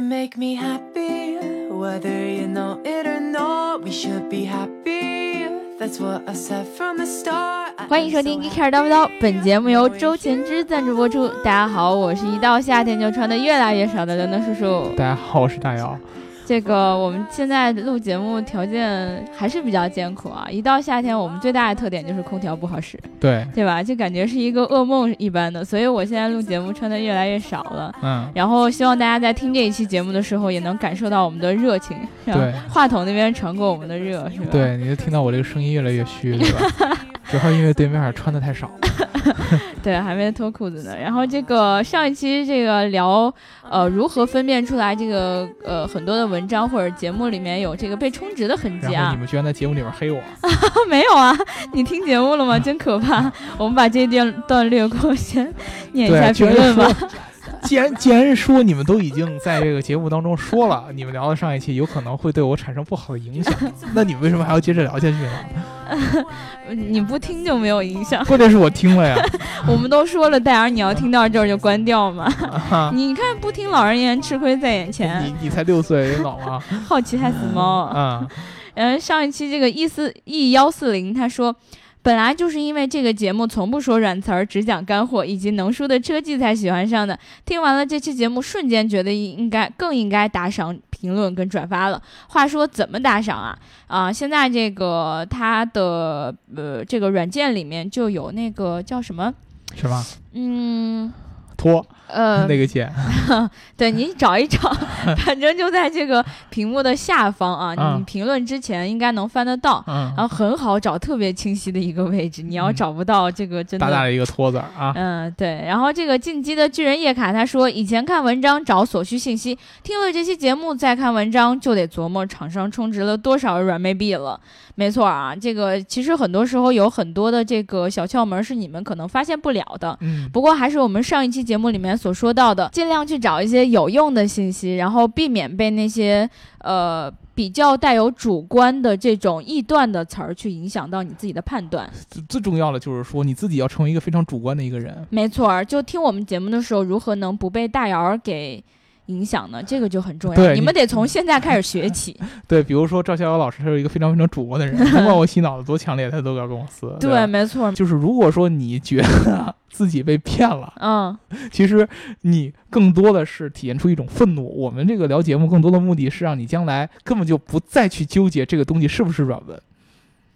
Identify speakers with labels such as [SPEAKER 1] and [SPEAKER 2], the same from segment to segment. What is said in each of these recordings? [SPEAKER 1] Make me happy, whether you know it or not. We should be happy. That's what I said from the start.
[SPEAKER 2] 欢迎收听《一开始叨不叨》，本节目由周前之赞助播出。大家好，我是一到夏天就穿的越来越少的伦伦叔叔。
[SPEAKER 3] 大家好，我是大姚。
[SPEAKER 2] 这个我们现在录节目条件还是比较艰苦啊，一到夏天，我们最大的特点就是空调不好使，
[SPEAKER 3] 对，
[SPEAKER 2] 对吧？就感觉是一个噩梦一般的，所以我现在录节目穿的越来越少了。
[SPEAKER 3] 嗯，
[SPEAKER 2] 然后希望大家在听这一期节目的时候，也能感受到我们的热情。是吧
[SPEAKER 3] 对
[SPEAKER 2] 话筒那边传过我们的热，是吧？
[SPEAKER 3] 对，你就听到我这个声音越来越虚，对吧？ 主要因为对面穿的太 少。
[SPEAKER 2] 对，还没脱裤子呢。然后这个上一期这个聊，呃，如何分辨出来这个呃很多的文章或者节目里面有这个被充值的痕迹
[SPEAKER 3] 然后
[SPEAKER 2] 啊
[SPEAKER 3] 你？们居然在节目里面黑我，
[SPEAKER 2] 没有啊，你听节目了
[SPEAKER 3] 嗯
[SPEAKER 2] 吗？真可怕！ 我们把这一段段略过，先念一下
[SPEAKER 3] 对，居
[SPEAKER 2] 评
[SPEAKER 3] 然
[SPEAKER 2] 论吧。
[SPEAKER 3] 说，既然既然说你们都已经在这个节目当中说了， 你们聊的上一期有可能会对我产生不好的影 响，那你们为什么还要接着聊下去 呢？
[SPEAKER 2] 你不听就没有影响。
[SPEAKER 3] 关键是我听了呀，
[SPEAKER 2] 我们都说了，戴尔，你要听到这儿就关掉嘛。
[SPEAKER 3] 啊、
[SPEAKER 2] 你看，不听老人言，吃亏在眼前
[SPEAKER 3] 你。你才六岁，老 吗？
[SPEAKER 2] 好奇害死猫。
[SPEAKER 3] 啊，
[SPEAKER 2] 嗯，上一期这个一四 E 幺四零他说，本来就是因为这个节目从不说软词儿，只讲干货以及能说的车技才喜欢上的。听完了这期节目，瞬间觉得应该更应该打赏、评论跟转发了。话说怎么打赏啊？啊，现在这个它的呃这个软件里面就有那个叫什么？
[SPEAKER 3] 什么
[SPEAKER 2] 嗯
[SPEAKER 3] 脱
[SPEAKER 2] 呃，
[SPEAKER 3] 那个键？
[SPEAKER 2] 对你找一 找，反正就在这个屏幕的下方啊，你
[SPEAKER 3] 嗯
[SPEAKER 2] 评论之前应该能翻得到。
[SPEAKER 3] 嗯，
[SPEAKER 2] 然后很好找，特别清晰的一个位置。你要
[SPEAKER 3] 嗯
[SPEAKER 2] 找不到这个真的，
[SPEAKER 3] 大大的一个脱字儿啊，
[SPEAKER 2] 嗯，对。然后这个进击的巨人叶卡他说，以前看文章找所需信息，听了这期节目再看文章，就得琢磨厂商充值了多少软妹币了。没错啊，这个其实很多时候有很多的这个小窍门是你们可能发现不了的。
[SPEAKER 3] 嗯，
[SPEAKER 2] 不过还是我们上一期节目里面所说到的，尽量去找一些有用的信息，然后避免被那些呃比较带有主观的这种臆断的词儿去影响到你自己的判断。
[SPEAKER 3] 最最重要的就是说你自己要成为一个非常主观的一个人。
[SPEAKER 2] 没错儿，就听我们节目的时候，如何能不被大姚儿给影响呢？这个就很重要。
[SPEAKER 3] 对
[SPEAKER 2] 你们
[SPEAKER 3] 你嗯
[SPEAKER 2] 得从现在开始学起。
[SPEAKER 3] 对，比如说赵逍遥老师，他是一个非常非常主观的人，他把我洗脑的多强烈，他都要跟我撕。对啊
[SPEAKER 2] 对，
[SPEAKER 3] 吧，
[SPEAKER 2] 没错儿。
[SPEAKER 3] 就是如果说你觉得 自己被骗了，
[SPEAKER 2] 嗯，
[SPEAKER 3] 其实你更多的是体现出一种愤怒。我们这个聊节目更多的目的是让你将来根本就不再去纠结这个东西是不是软文，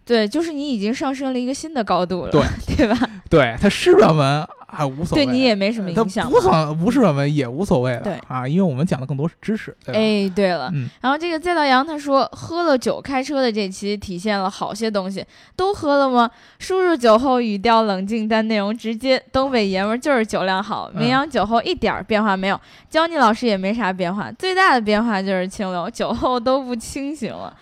[SPEAKER 2] 对，就是你已经上升了一个新的高度了，
[SPEAKER 3] 对
[SPEAKER 2] 对吧？
[SPEAKER 3] 对，它是软文还无所谓，
[SPEAKER 2] 对你也没什么
[SPEAKER 3] 它
[SPEAKER 2] 影响
[SPEAKER 3] 不。算不是软文也无所谓
[SPEAKER 2] 对
[SPEAKER 3] 的啊，因为我们讲的更多是知识，对吧？
[SPEAKER 2] 哎，对了，
[SPEAKER 3] 嗯
[SPEAKER 2] 然后这个再到阳他说，喝了酒开车的这期体现了好些东西，都喝了吗？输入酒后语调冷静，但内容直接。东北爷们儿就是酒量好，
[SPEAKER 3] 嗯
[SPEAKER 2] 绵阳酒后一点儿变化没有，教你老师也没啥变化，最大的变化就是清流，酒后都不清醒了。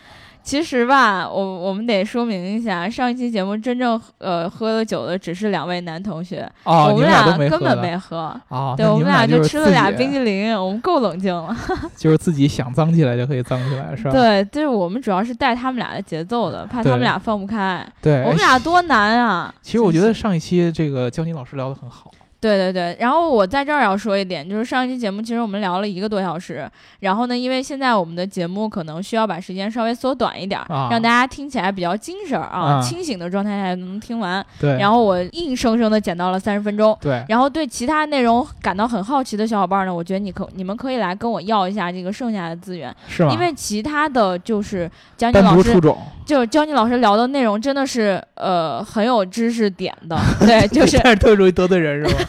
[SPEAKER 2] 其实吧，我我们得说明一下，上一期节目真正呃喝了酒的只是两位男同学，
[SPEAKER 3] 哦，
[SPEAKER 2] 我
[SPEAKER 3] 你
[SPEAKER 2] 们
[SPEAKER 3] 俩都没喝
[SPEAKER 2] 根本
[SPEAKER 3] 的
[SPEAKER 2] 没喝。
[SPEAKER 3] 哦，
[SPEAKER 2] 对
[SPEAKER 3] 那
[SPEAKER 2] 我
[SPEAKER 3] 你
[SPEAKER 2] 们
[SPEAKER 3] 们俩
[SPEAKER 2] 就
[SPEAKER 3] 就是
[SPEAKER 2] 吃了俩
[SPEAKER 3] 自己
[SPEAKER 2] 冰激凌，我们够冷静了。
[SPEAKER 3] 就是自己想脏起来就可以脏起来，是吧？
[SPEAKER 2] 对，就是我们主要是带他们俩的节奏的，怕他们
[SPEAKER 3] 对
[SPEAKER 2] 俩放不开。
[SPEAKER 3] 对，哎
[SPEAKER 2] 我们俩多难啊！
[SPEAKER 3] 其实我觉得
[SPEAKER 2] 真是，
[SPEAKER 3] 上一期这个焦妮老师聊得很好，
[SPEAKER 2] 对对对。然后我在这儿要说一点，就是上一期节目其实我们聊了一个多小时，然后呢，因为现在我们的节目可能需要把时间稍微缩短一点儿，
[SPEAKER 3] 啊
[SPEAKER 2] 让大家听起来比较精神儿啊，
[SPEAKER 3] 啊
[SPEAKER 2] 清醒的状态下能听完。
[SPEAKER 3] 对
[SPEAKER 2] 然后我硬生生的减到了三十分钟。
[SPEAKER 3] 对，
[SPEAKER 2] 然后对其他内容感到很好奇的小伙伴呢，我觉得你可你们可以来跟我要一下这个剩下的资源，
[SPEAKER 3] 是吗？
[SPEAKER 2] 因为其他的就是江宁
[SPEAKER 3] 单
[SPEAKER 2] 老
[SPEAKER 3] 独
[SPEAKER 2] 师
[SPEAKER 3] 出种，
[SPEAKER 2] 就是教你老师聊的内容真的是呃很有知识点的，对， 就是
[SPEAKER 3] 但是特容易得罪人是吧？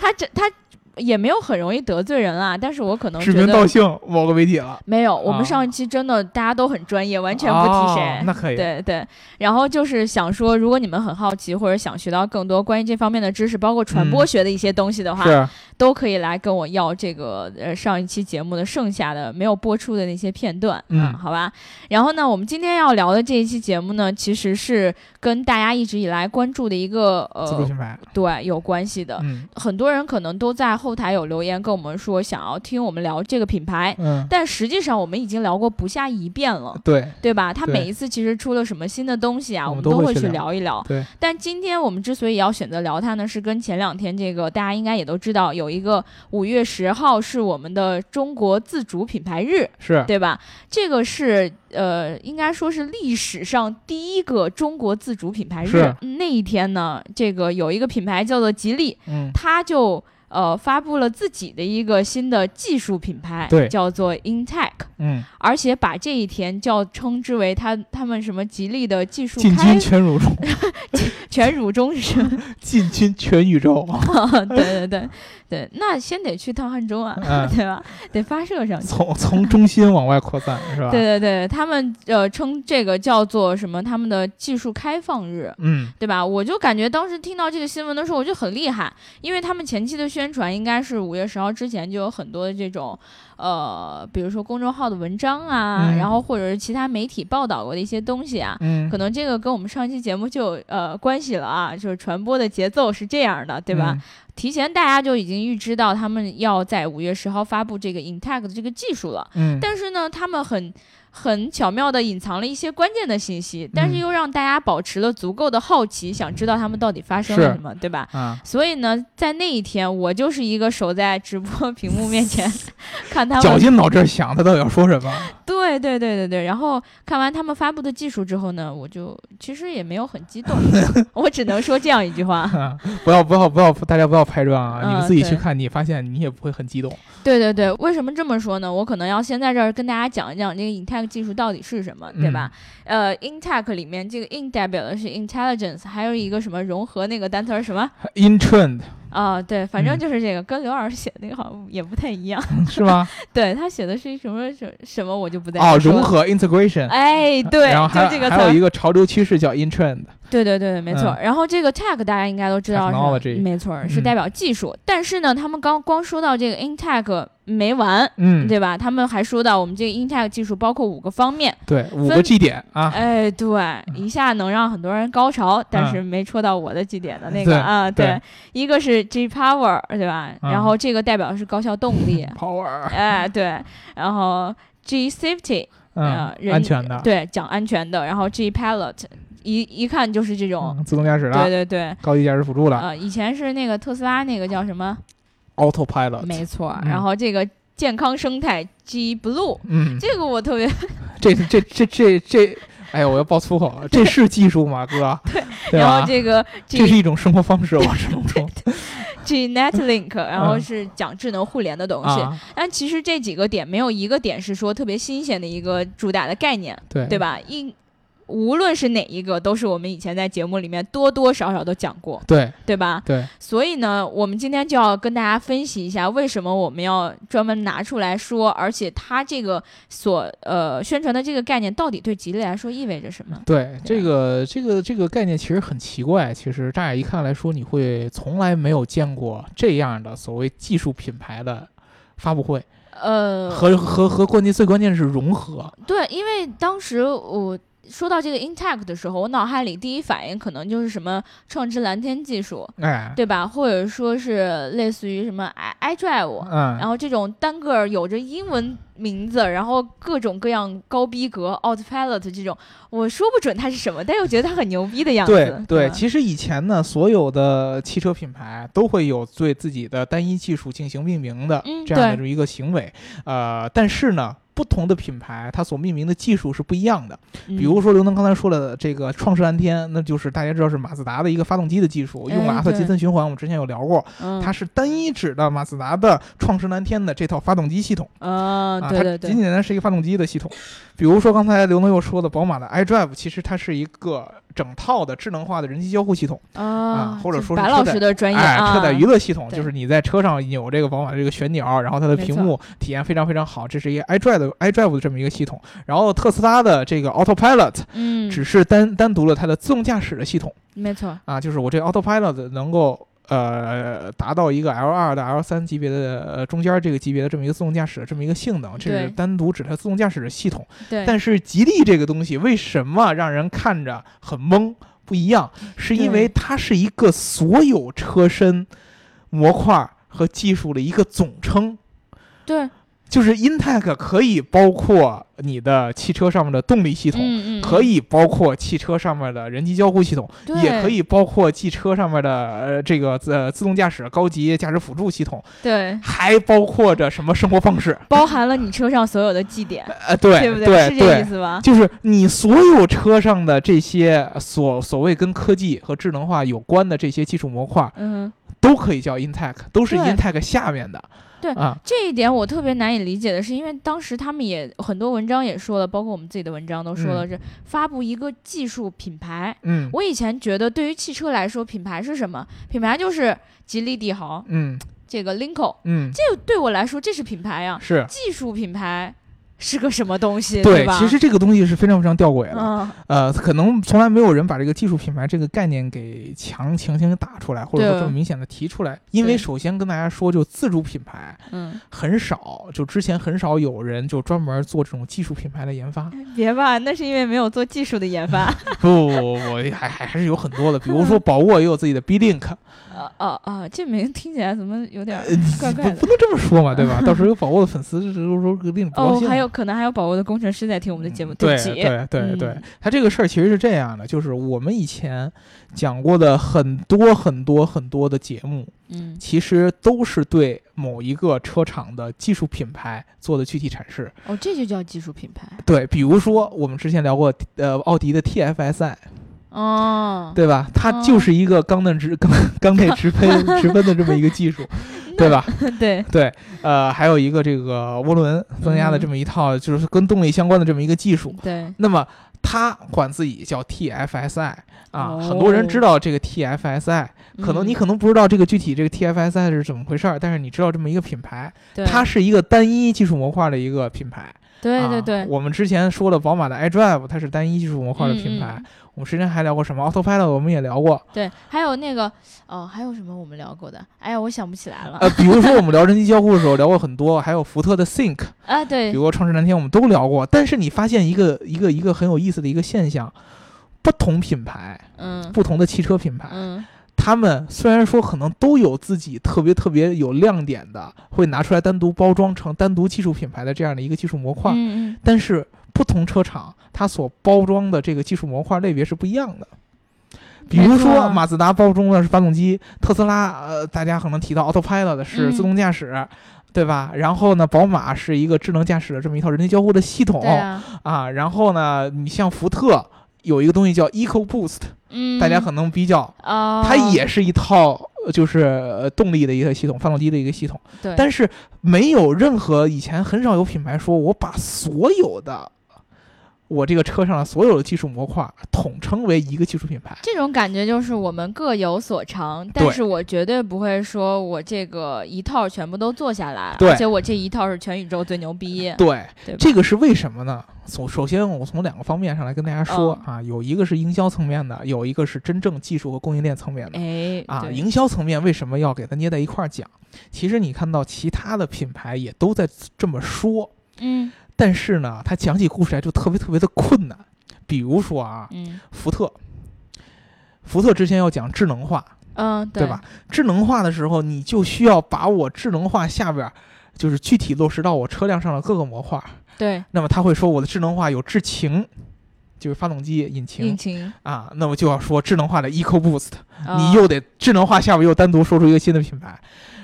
[SPEAKER 2] 他这他也没有很容易得罪人啊，但是 我可能
[SPEAKER 3] 指
[SPEAKER 2] 觉
[SPEAKER 3] 名道
[SPEAKER 2] 得
[SPEAKER 3] 姓某个媒体了，
[SPEAKER 2] 没有，我们
[SPEAKER 3] 啊
[SPEAKER 2] 上一期真的大家都很专业，完全不提谁。
[SPEAKER 3] 哦那可以，
[SPEAKER 2] 对对，然后就是想说，如果你们很好奇或者想学到更多关于这方面的知识，包括传播
[SPEAKER 3] 嗯
[SPEAKER 2] 学的一些东西的话，
[SPEAKER 3] 是
[SPEAKER 2] 都可以来跟我要这个呃上一期节目的剩下的没有播出的那些片段，
[SPEAKER 3] 嗯
[SPEAKER 2] 啊好吧。然后呢，我们今天要聊的这一期节目呢，其实是跟大家一直以来关注的一个
[SPEAKER 3] 自主
[SPEAKER 2] 呃
[SPEAKER 3] 品牌，
[SPEAKER 2] 对有关系的。
[SPEAKER 3] 嗯，
[SPEAKER 2] 很多人可能都在后台有留言跟我们说想要听我们聊这个品牌，
[SPEAKER 3] 嗯，
[SPEAKER 2] 但实际上我们已经聊过不下一遍了。
[SPEAKER 3] 对
[SPEAKER 2] 对吧？它
[SPEAKER 3] 对
[SPEAKER 2] 每一次其实出了什么新的东西啊，
[SPEAKER 3] 我
[SPEAKER 2] 我们
[SPEAKER 3] 们都会
[SPEAKER 2] 会
[SPEAKER 3] 去
[SPEAKER 2] 去
[SPEAKER 3] 聊
[SPEAKER 2] 聊一聊。
[SPEAKER 3] 对，
[SPEAKER 2] 但今天我们之所以要选择聊它呢，是跟前两天这个大家应该也都知道，有一个五月十号是我们的中国自主品牌日，
[SPEAKER 3] 是，
[SPEAKER 2] 对吧？这个是呃，应该说是历史上第一个中国自主品牌日嗯
[SPEAKER 3] 是。
[SPEAKER 2] 那一天呢，这个有一个品牌叫做吉利，
[SPEAKER 3] 嗯，
[SPEAKER 2] 它就呃发布了自己的一个新的技术品牌
[SPEAKER 3] 对，
[SPEAKER 2] 叫做 Intech。
[SPEAKER 3] 嗯，
[SPEAKER 2] 而且把这一天叫称之为他他们什么吉利的技术
[SPEAKER 3] 进
[SPEAKER 2] 开
[SPEAKER 3] 军全宇宙，
[SPEAKER 2] 全乳中是 吗，
[SPEAKER 3] 进军全 宇宙，
[SPEAKER 2] 对对对对，那先得去趟汉中啊，
[SPEAKER 3] 嗯
[SPEAKER 2] 对吧？得发射上去。
[SPEAKER 3] 从从中心往外扩散，是吧？
[SPEAKER 2] 对，对对，他们呃称这个叫做什么？他们的技术开放日，
[SPEAKER 3] 嗯，
[SPEAKER 2] 对吧？我就感觉当时听到这个新闻的时候，我就很厉害，因为他们前期的宣传应该是五月十号之前就有很多的这种，呃，比如说公众号的文章啊，
[SPEAKER 3] 嗯
[SPEAKER 2] 然后或者是其他媒体报道过的一些东西啊，
[SPEAKER 3] 嗯，
[SPEAKER 2] 可能这个跟我们上期节目就有呃关系了啊，就是传播的节奏是这样的，对吧？
[SPEAKER 3] 嗯？
[SPEAKER 2] 提前大家就已经预知到他们要在五月十号发布这个 Intech 的这个技术了，
[SPEAKER 3] 嗯，
[SPEAKER 2] 但是呢，他们很很巧妙的隐藏了一些关键的信息，但
[SPEAKER 3] 嗯
[SPEAKER 2] 是又让大家保持了足够的好奇，想知道他们到底发生了
[SPEAKER 3] 是
[SPEAKER 2] 什么，对吧？
[SPEAKER 3] 啊，
[SPEAKER 2] 所以呢，在那一天，我就是一个守在直播屏幕面前 看他们
[SPEAKER 3] 绞尽脑汁想他到底要说什么，
[SPEAKER 2] 对对对对对，然后看完他们发布的技术之后呢，我就其实也没有很激 动，我只能说这样一句话：
[SPEAKER 3] 不要不要不要，大家不要拍砖啊！你们
[SPEAKER 2] 嗯
[SPEAKER 3] 自己去
[SPEAKER 2] 对
[SPEAKER 3] 看，你发现你也不会很激动。
[SPEAKER 2] 对对对，为什么这么说呢？我可能要先在这儿跟大家讲一讲这个 Intech 技术到底是什么，对吧？
[SPEAKER 3] 嗯
[SPEAKER 2] 呃，Intech 里面这个 In 代表的是 intelligence，还有一个什么融合那个单词儿什么
[SPEAKER 3] In trend
[SPEAKER 2] 啊、对，反正
[SPEAKER 3] 嗯
[SPEAKER 2] 就是这个，跟刘老师写的那个好像也不太一样。
[SPEAKER 3] 是吗？
[SPEAKER 2] 对他写的是什么什什么，我就不再
[SPEAKER 3] 哦，
[SPEAKER 2] 说
[SPEAKER 3] 融
[SPEAKER 2] 了。
[SPEAKER 3] 合 integration。
[SPEAKER 2] 哎，对，
[SPEAKER 3] 然后还
[SPEAKER 2] 就这
[SPEAKER 3] 有
[SPEAKER 2] 个词
[SPEAKER 3] 还有
[SPEAKER 2] 儿
[SPEAKER 3] 一。个潮流趋势叫 in trend，
[SPEAKER 2] 对对对，没错。
[SPEAKER 3] 嗯
[SPEAKER 2] 然后这个 tech 大家应该都知道
[SPEAKER 3] Technology
[SPEAKER 2] 是，没错，
[SPEAKER 3] 嗯
[SPEAKER 2] 是代表技术。但是呢，他们刚光说到这个 intech 没完。
[SPEAKER 3] 嗯，
[SPEAKER 2] 对吧？他们还说到我们这个 intech 技术包括五个方面，
[SPEAKER 3] 对，五个
[SPEAKER 2] 分
[SPEAKER 3] G 点啊，
[SPEAKER 2] 哎，对，一下能让很多人高潮，但是没戳到我的几点的那个
[SPEAKER 3] 嗯对
[SPEAKER 2] 啊，
[SPEAKER 3] 对
[SPEAKER 2] 一个是 G power，对吧？
[SPEAKER 3] 嗯，
[SPEAKER 2] 然后这个代表的是高效动力
[SPEAKER 3] ，power，
[SPEAKER 2] 哎，对，然后 G safety，
[SPEAKER 3] 嗯
[SPEAKER 2] 呃，人
[SPEAKER 3] 安全的，
[SPEAKER 2] 对，讲安全的，然后 G pilot，一一看就是这种，
[SPEAKER 3] 嗯，自动驾驶
[SPEAKER 2] 对
[SPEAKER 3] 了，
[SPEAKER 2] 对对，
[SPEAKER 3] 高级驾驶辅助了
[SPEAKER 2] 呃，以前是那个特斯拉那个叫什么？
[SPEAKER 3] ，autopilot，
[SPEAKER 2] 没错儿。
[SPEAKER 3] 嗯
[SPEAKER 2] 然后这个健康生态 G Blue，
[SPEAKER 3] 嗯，
[SPEAKER 2] 这个我特别，
[SPEAKER 3] 这这这这这，哎呀，我要爆粗口了，这是技术吗，哥？对，
[SPEAKER 2] 然后
[SPEAKER 3] 吧？
[SPEAKER 2] 这 个
[SPEAKER 3] 这
[SPEAKER 2] G
[SPEAKER 3] 是一种生活方式，我只能说
[SPEAKER 2] G Netlink，然后
[SPEAKER 3] 嗯
[SPEAKER 2] 是讲智能互联的东西。
[SPEAKER 3] 啊，
[SPEAKER 2] 但其实这几个点没有一个点是说特别新鲜的一个主打的概念，
[SPEAKER 3] 对
[SPEAKER 2] 对吧？一无论是哪一个，都是我们以前在节目里面多多少少都讲过，
[SPEAKER 3] 对
[SPEAKER 2] 对吧？
[SPEAKER 3] 对，
[SPEAKER 2] 所以呢，我们今天就要跟大家分析一下，为什么我们要专门拿出来说，而且它这个所呃宣传的这个概念到底对吉利来说意味着什么？
[SPEAKER 3] 对
[SPEAKER 2] 对啊
[SPEAKER 3] 这个这个这个概念其实很奇怪，其实乍眼一看来说，你会从来没有见过这样的所谓技术品牌的发布会，
[SPEAKER 2] 呃，
[SPEAKER 3] 和和和关键最关键是融合，
[SPEAKER 2] 对，因为当时我。说到这个 Intech 的时候，我脑海里第一反应可能就是什么创智蓝天技术，
[SPEAKER 3] 哎，
[SPEAKER 2] 对吧？或者说是类似于什么 i iDrive，然
[SPEAKER 3] 嗯，
[SPEAKER 2] 后这种单个儿有着英文名字，然后各种各样高逼格 Autopilot 这种，我说不准它是什么，但又觉得它很牛逼的样子。嗯啊
[SPEAKER 3] 对对，
[SPEAKER 2] 吧
[SPEAKER 3] 其实以前呢，所有的汽车品牌都会有对自己的单一技术进行命名的
[SPEAKER 2] 嗯
[SPEAKER 3] 这样的
[SPEAKER 2] 对
[SPEAKER 3] 这么一个行为，呃，但是呢。不同的品牌，它所命名的技术是不一样的。
[SPEAKER 2] 嗯
[SPEAKER 3] 比如说刘能刚才说了这个创世蓝天，那就是大家知道是马自达的一个发动机的技术，用了
[SPEAKER 2] 哎
[SPEAKER 3] 阿特
[SPEAKER 2] 对
[SPEAKER 3] 金森循环，我们之前有聊过，
[SPEAKER 2] 嗯、
[SPEAKER 3] 它是单一指的马自达的创世蓝天的这套发动机系统
[SPEAKER 2] 啊、
[SPEAKER 3] 啊，
[SPEAKER 2] 对
[SPEAKER 3] 它
[SPEAKER 2] 对
[SPEAKER 3] 仅
[SPEAKER 2] 对，
[SPEAKER 3] 仅单单是一个发动机的系统。比如说刚才刘能又说的宝马的 iDrive，其实它是一个整套的智能化的人机交互系统，
[SPEAKER 2] 啊
[SPEAKER 3] 啊或者
[SPEAKER 2] 这
[SPEAKER 3] 说是
[SPEAKER 2] 白
[SPEAKER 3] 车
[SPEAKER 2] 老
[SPEAKER 3] 载
[SPEAKER 2] 师的专业
[SPEAKER 3] 哎，
[SPEAKER 2] 啊，
[SPEAKER 3] 车载娱乐系统，
[SPEAKER 2] 对
[SPEAKER 3] 就是你在车上扭这个宝马的这个旋钮，然后它的
[SPEAKER 2] 没
[SPEAKER 3] 屏幕体验非常非常好，这是一个 iDrive 的 iDrive 的这么一个系统。然后特斯拉的这个 Autopilot
[SPEAKER 2] 嗯，
[SPEAKER 3] 只是单单独了它的自动驾驶的系统。
[SPEAKER 2] 没错，
[SPEAKER 3] 啊，就是我这 Autopilot 能够呃达到一个 L 二的 L 三级别的呃中间儿这个级别的这么一个自动驾驶的这么一个性能，这
[SPEAKER 2] 对
[SPEAKER 3] 是单独指它自动驾驶的系统。
[SPEAKER 2] 对，
[SPEAKER 3] 但是吉利这个东西为什么让人看着很懵不一样？是因为它是一个所有车身模块。和技术的一个总称。
[SPEAKER 2] 对，
[SPEAKER 3] 就是 Intech 可以包括你的汽车上面的动力系统，
[SPEAKER 2] 嗯嗯，
[SPEAKER 3] 可以包括汽车上面的人机交互系统，
[SPEAKER 2] 对
[SPEAKER 3] 也可以包括汽车上面的呃这个自、呃、自动驾驶高级驾驶辅助系统，
[SPEAKER 2] 对，
[SPEAKER 3] 还包括着什么生活方式？
[SPEAKER 2] 包含了你车上所有的绩点，
[SPEAKER 3] 呃，对
[SPEAKER 2] 对不
[SPEAKER 3] 对
[SPEAKER 2] 是这个意思吧？
[SPEAKER 3] 就是你所有车上的这些所所谓跟科技和智能化有关的这些技术模块，
[SPEAKER 2] 嗯哼，
[SPEAKER 3] 都可以叫 Intech，都是
[SPEAKER 2] 对
[SPEAKER 3] Intech 下面的。
[SPEAKER 2] 对
[SPEAKER 3] 啊，
[SPEAKER 2] 这一点我特别难以理解的是，因为当时他们也很多文章也说了，包括我们自己的文章都说了，
[SPEAKER 3] 嗯
[SPEAKER 2] 是发布一个技术品牌。
[SPEAKER 3] 嗯
[SPEAKER 2] 我以前觉得，对于汽车来说，品牌是什么？品牌就是吉利、帝豪、
[SPEAKER 3] 嗯
[SPEAKER 2] 这个 Lincoln，
[SPEAKER 3] 嗯，
[SPEAKER 2] 这对我来说这是品牌呀。
[SPEAKER 3] 是
[SPEAKER 2] 技术品牌是个什么东西？
[SPEAKER 3] 对。
[SPEAKER 2] 吧？
[SPEAKER 3] 其实这个东西是非常非常吊诡的。
[SPEAKER 2] 嗯，
[SPEAKER 3] 呃，可能从来没有人把这个技术品牌这个概念给强强行打出来，或者说
[SPEAKER 2] 对
[SPEAKER 3] 这么明显的提出来。因为
[SPEAKER 2] 对
[SPEAKER 3] 首先跟大家说，就自主品牌
[SPEAKER 2] 嗯，
[SPEAKER 3] 很少，就之前很少有人就专门做这种技术品牌的研发。
[SPEAKER 2] 别吧，那是因为没有做技术的研发。
[SPEAKER 3] 不不不，我还还还是有很多的，比如 说宝沃也有自己的 B Link，
[SPEAKER 2] 呃 哦哦，这名听起来怎么有点儿怪
[SPEAKER 3] 呃不
[SPEAKER 2] 怪的
[SPEAKER 3] 不？能这么说嘛，对 吧？到时候有宝沃的粉丝就是说令你不高
[SPEAKER 2] 哦，
[SPEAKER 3] 兴。
[SPEAKER 2] 还有可能还有宝沃的工程师在听我们的节目，
[SPEAKER 3] 对
[SPEAKER 2] 不起。
[SPEAKER 3] 对对对
[SPEAKER 2] 嗯，
[SPEAKER 3] 它这个事儿其实是这样的，就是我们以前讲过的很多很多很多的节目，
[SPEAKER 2] 嗯
[SPEAKER 3] 其实都是对某一个车厂的技术品牌做的具体阐释。
[SPEAKER 2] 哦，这就叫技术品牌
[SPEAKER 3] 对，比如说我们之前聊过，呃，奥迪的 TFSI，
[SPEAKER 2] 哦。
[SPEAKER 3] 对吧？它就是一个缸内直缸缸内直喷直喷的这么一个技术，对吧？
[SPEAKER 2] 对
[SPEAKER 3] 对，呃，还有一个这个涡轮增压的这么一套，就是跟动力相关的这么一个技术。
[SPEAKER 2] 对，
[SPEAKER 3] 那么它管自己叫 TFSI 啊，
[SPEAKER 2] 哦
[SPEAKER 3] 很多人知道这个 TFSI，可
[SPEAKER 2] 嗯
[SPEAKER 3] 能你可能不知道这个具体这个 TFSI 是怎么回事儿，但是你知道这么一个品牌。
[SPEAKER 2] 对
[SPEAKER 3] 它是一个单一技术模块的一个品牌。
[SPEAKER 2] 对对
[SPEAKER 3] 啊
[SPEAKER 2] 对，
[SPEAKER 3] 我们之前说了宝马的 iDrive，它是单一技术模块的
[SPEAKER 2] 嗯
[SPEAKER 3] 品牌。
[SPEAKER 2] 嗯
[SPEAKER 3] 我们之前还聊过什么 Autopilot，我们也 聊过。
[SPEAKER 2] 对，还有那个哦，还有什么我们聊过的？哎呀，我想不起来了
[SPEAKER 3] 呃，比如说我们聊人机交互的时候聊过很多，还有福特的 Think，
[SPEAKER 2] 啊。
[SPEAKER 3] 比
[SPEAKER 2] 对
[SPEAKER 3] 如，说创世蓝天，我们都聊过。但是你发现一个一个一个很有意思的一个现象，不同品牌、
[SPEAKER 2] 嗯
[SPEAKER 3] 不同的汽车品牌，
[SPEAKER 2] 嗯，
[SPEAKER 3] 他们虽然说可能都有自己特别特别有亮点的，会拿出来单独包装成单独技术品牌的这样的一个技术模块，
[SPEAKER 2] 嗯嗯，
[SPEAKER 3] 但是不同车厂它所包装的这个技术模块类别是不一样的。比
[SPEAKER 2] 没
[SPEAKER 3] 如
[SPEAKER 2] 错
[SPEAKER 3] 说，马自达包装的是发动机，特斯拉呃，大家可能提到 Autopilot 的是
[SPEAKER 2] 嗯
[SPEAKER 3] 自动驾驶，对吧？然后呢，宝马是一个智能驾驶的这么一套人机交互的系统
[SPEAKER 2] 对啊，
[SPEAKER 3] 啊然后呢，你像福特有一个东西叫 EcoBoost，、
[SPEAKER 2] 嗯，
[SPEAKER 3] 大家可能比较，
[SPEAKER 2] 啊，
[SPEAKER 3] 它也是一套呃就是呃动力的一个系统，发动机的一个系统。
[SPEAKER 2] 对，
[SPEAKER 3] 但是没有任何以前很少有品牌说我把所有的我这个车上的所有的技术模块统称为一个技术品牌。
[SPEAKER 2] 这种感觉就是我们各有所长，但是我绝对不会说我这个一套全部都做下来，
[SPEAKER 3] 对
[SPEAKER 2] 而且我这一套是全宇宙最牛逼，
[SPEAKER 3] 对，
[SPEAKER 2] 对吧
[SPEAKER 3] 这个是为什么呢？首首先，我从两个方面上来跟大家说、啊，
[SPEAKER 2] 嗯
[SPEAKER 3] 有一个是营销层面的，有一个是真正技术和供应链层面的。
[SPEAKER 2] 哎，
[SPEAKER 3] 啊，
[SPEAKER 2] 对
[SPEAKER 3] 营销层面为什么要给它捏在一块儿讲？其实你看到其他的品牌也都在这么说，
[SPEAKER 2] 嗯
[SPEAKER 3] 但是呢，他讲起故事来就特别特别的困难。比如说啊，
[SPEAKER 2] 嗯
[SPEAKER 3] 福特，福特之前要讲智能化，
[SPEAKER 2] 嗯，
[SPEAKER 3] 对吧？？智能化的时候，你就需要把我智能化下边儿，就是具体落实到我车辆上的各个模块儿。
[SPEAKER 2] 对，
[SPEAKER 3] 那么他会说我的智能化有智擎，就是发动机、引擎
[SPEAKER 2] 引擎，
[SPEAKER 3] 啊。那么就要说智能化的 EcoBoost，、
[SPEAKER 2] 啊
[SPEAKER 3] 你又得智能化下边又单独说出一个新的品牌。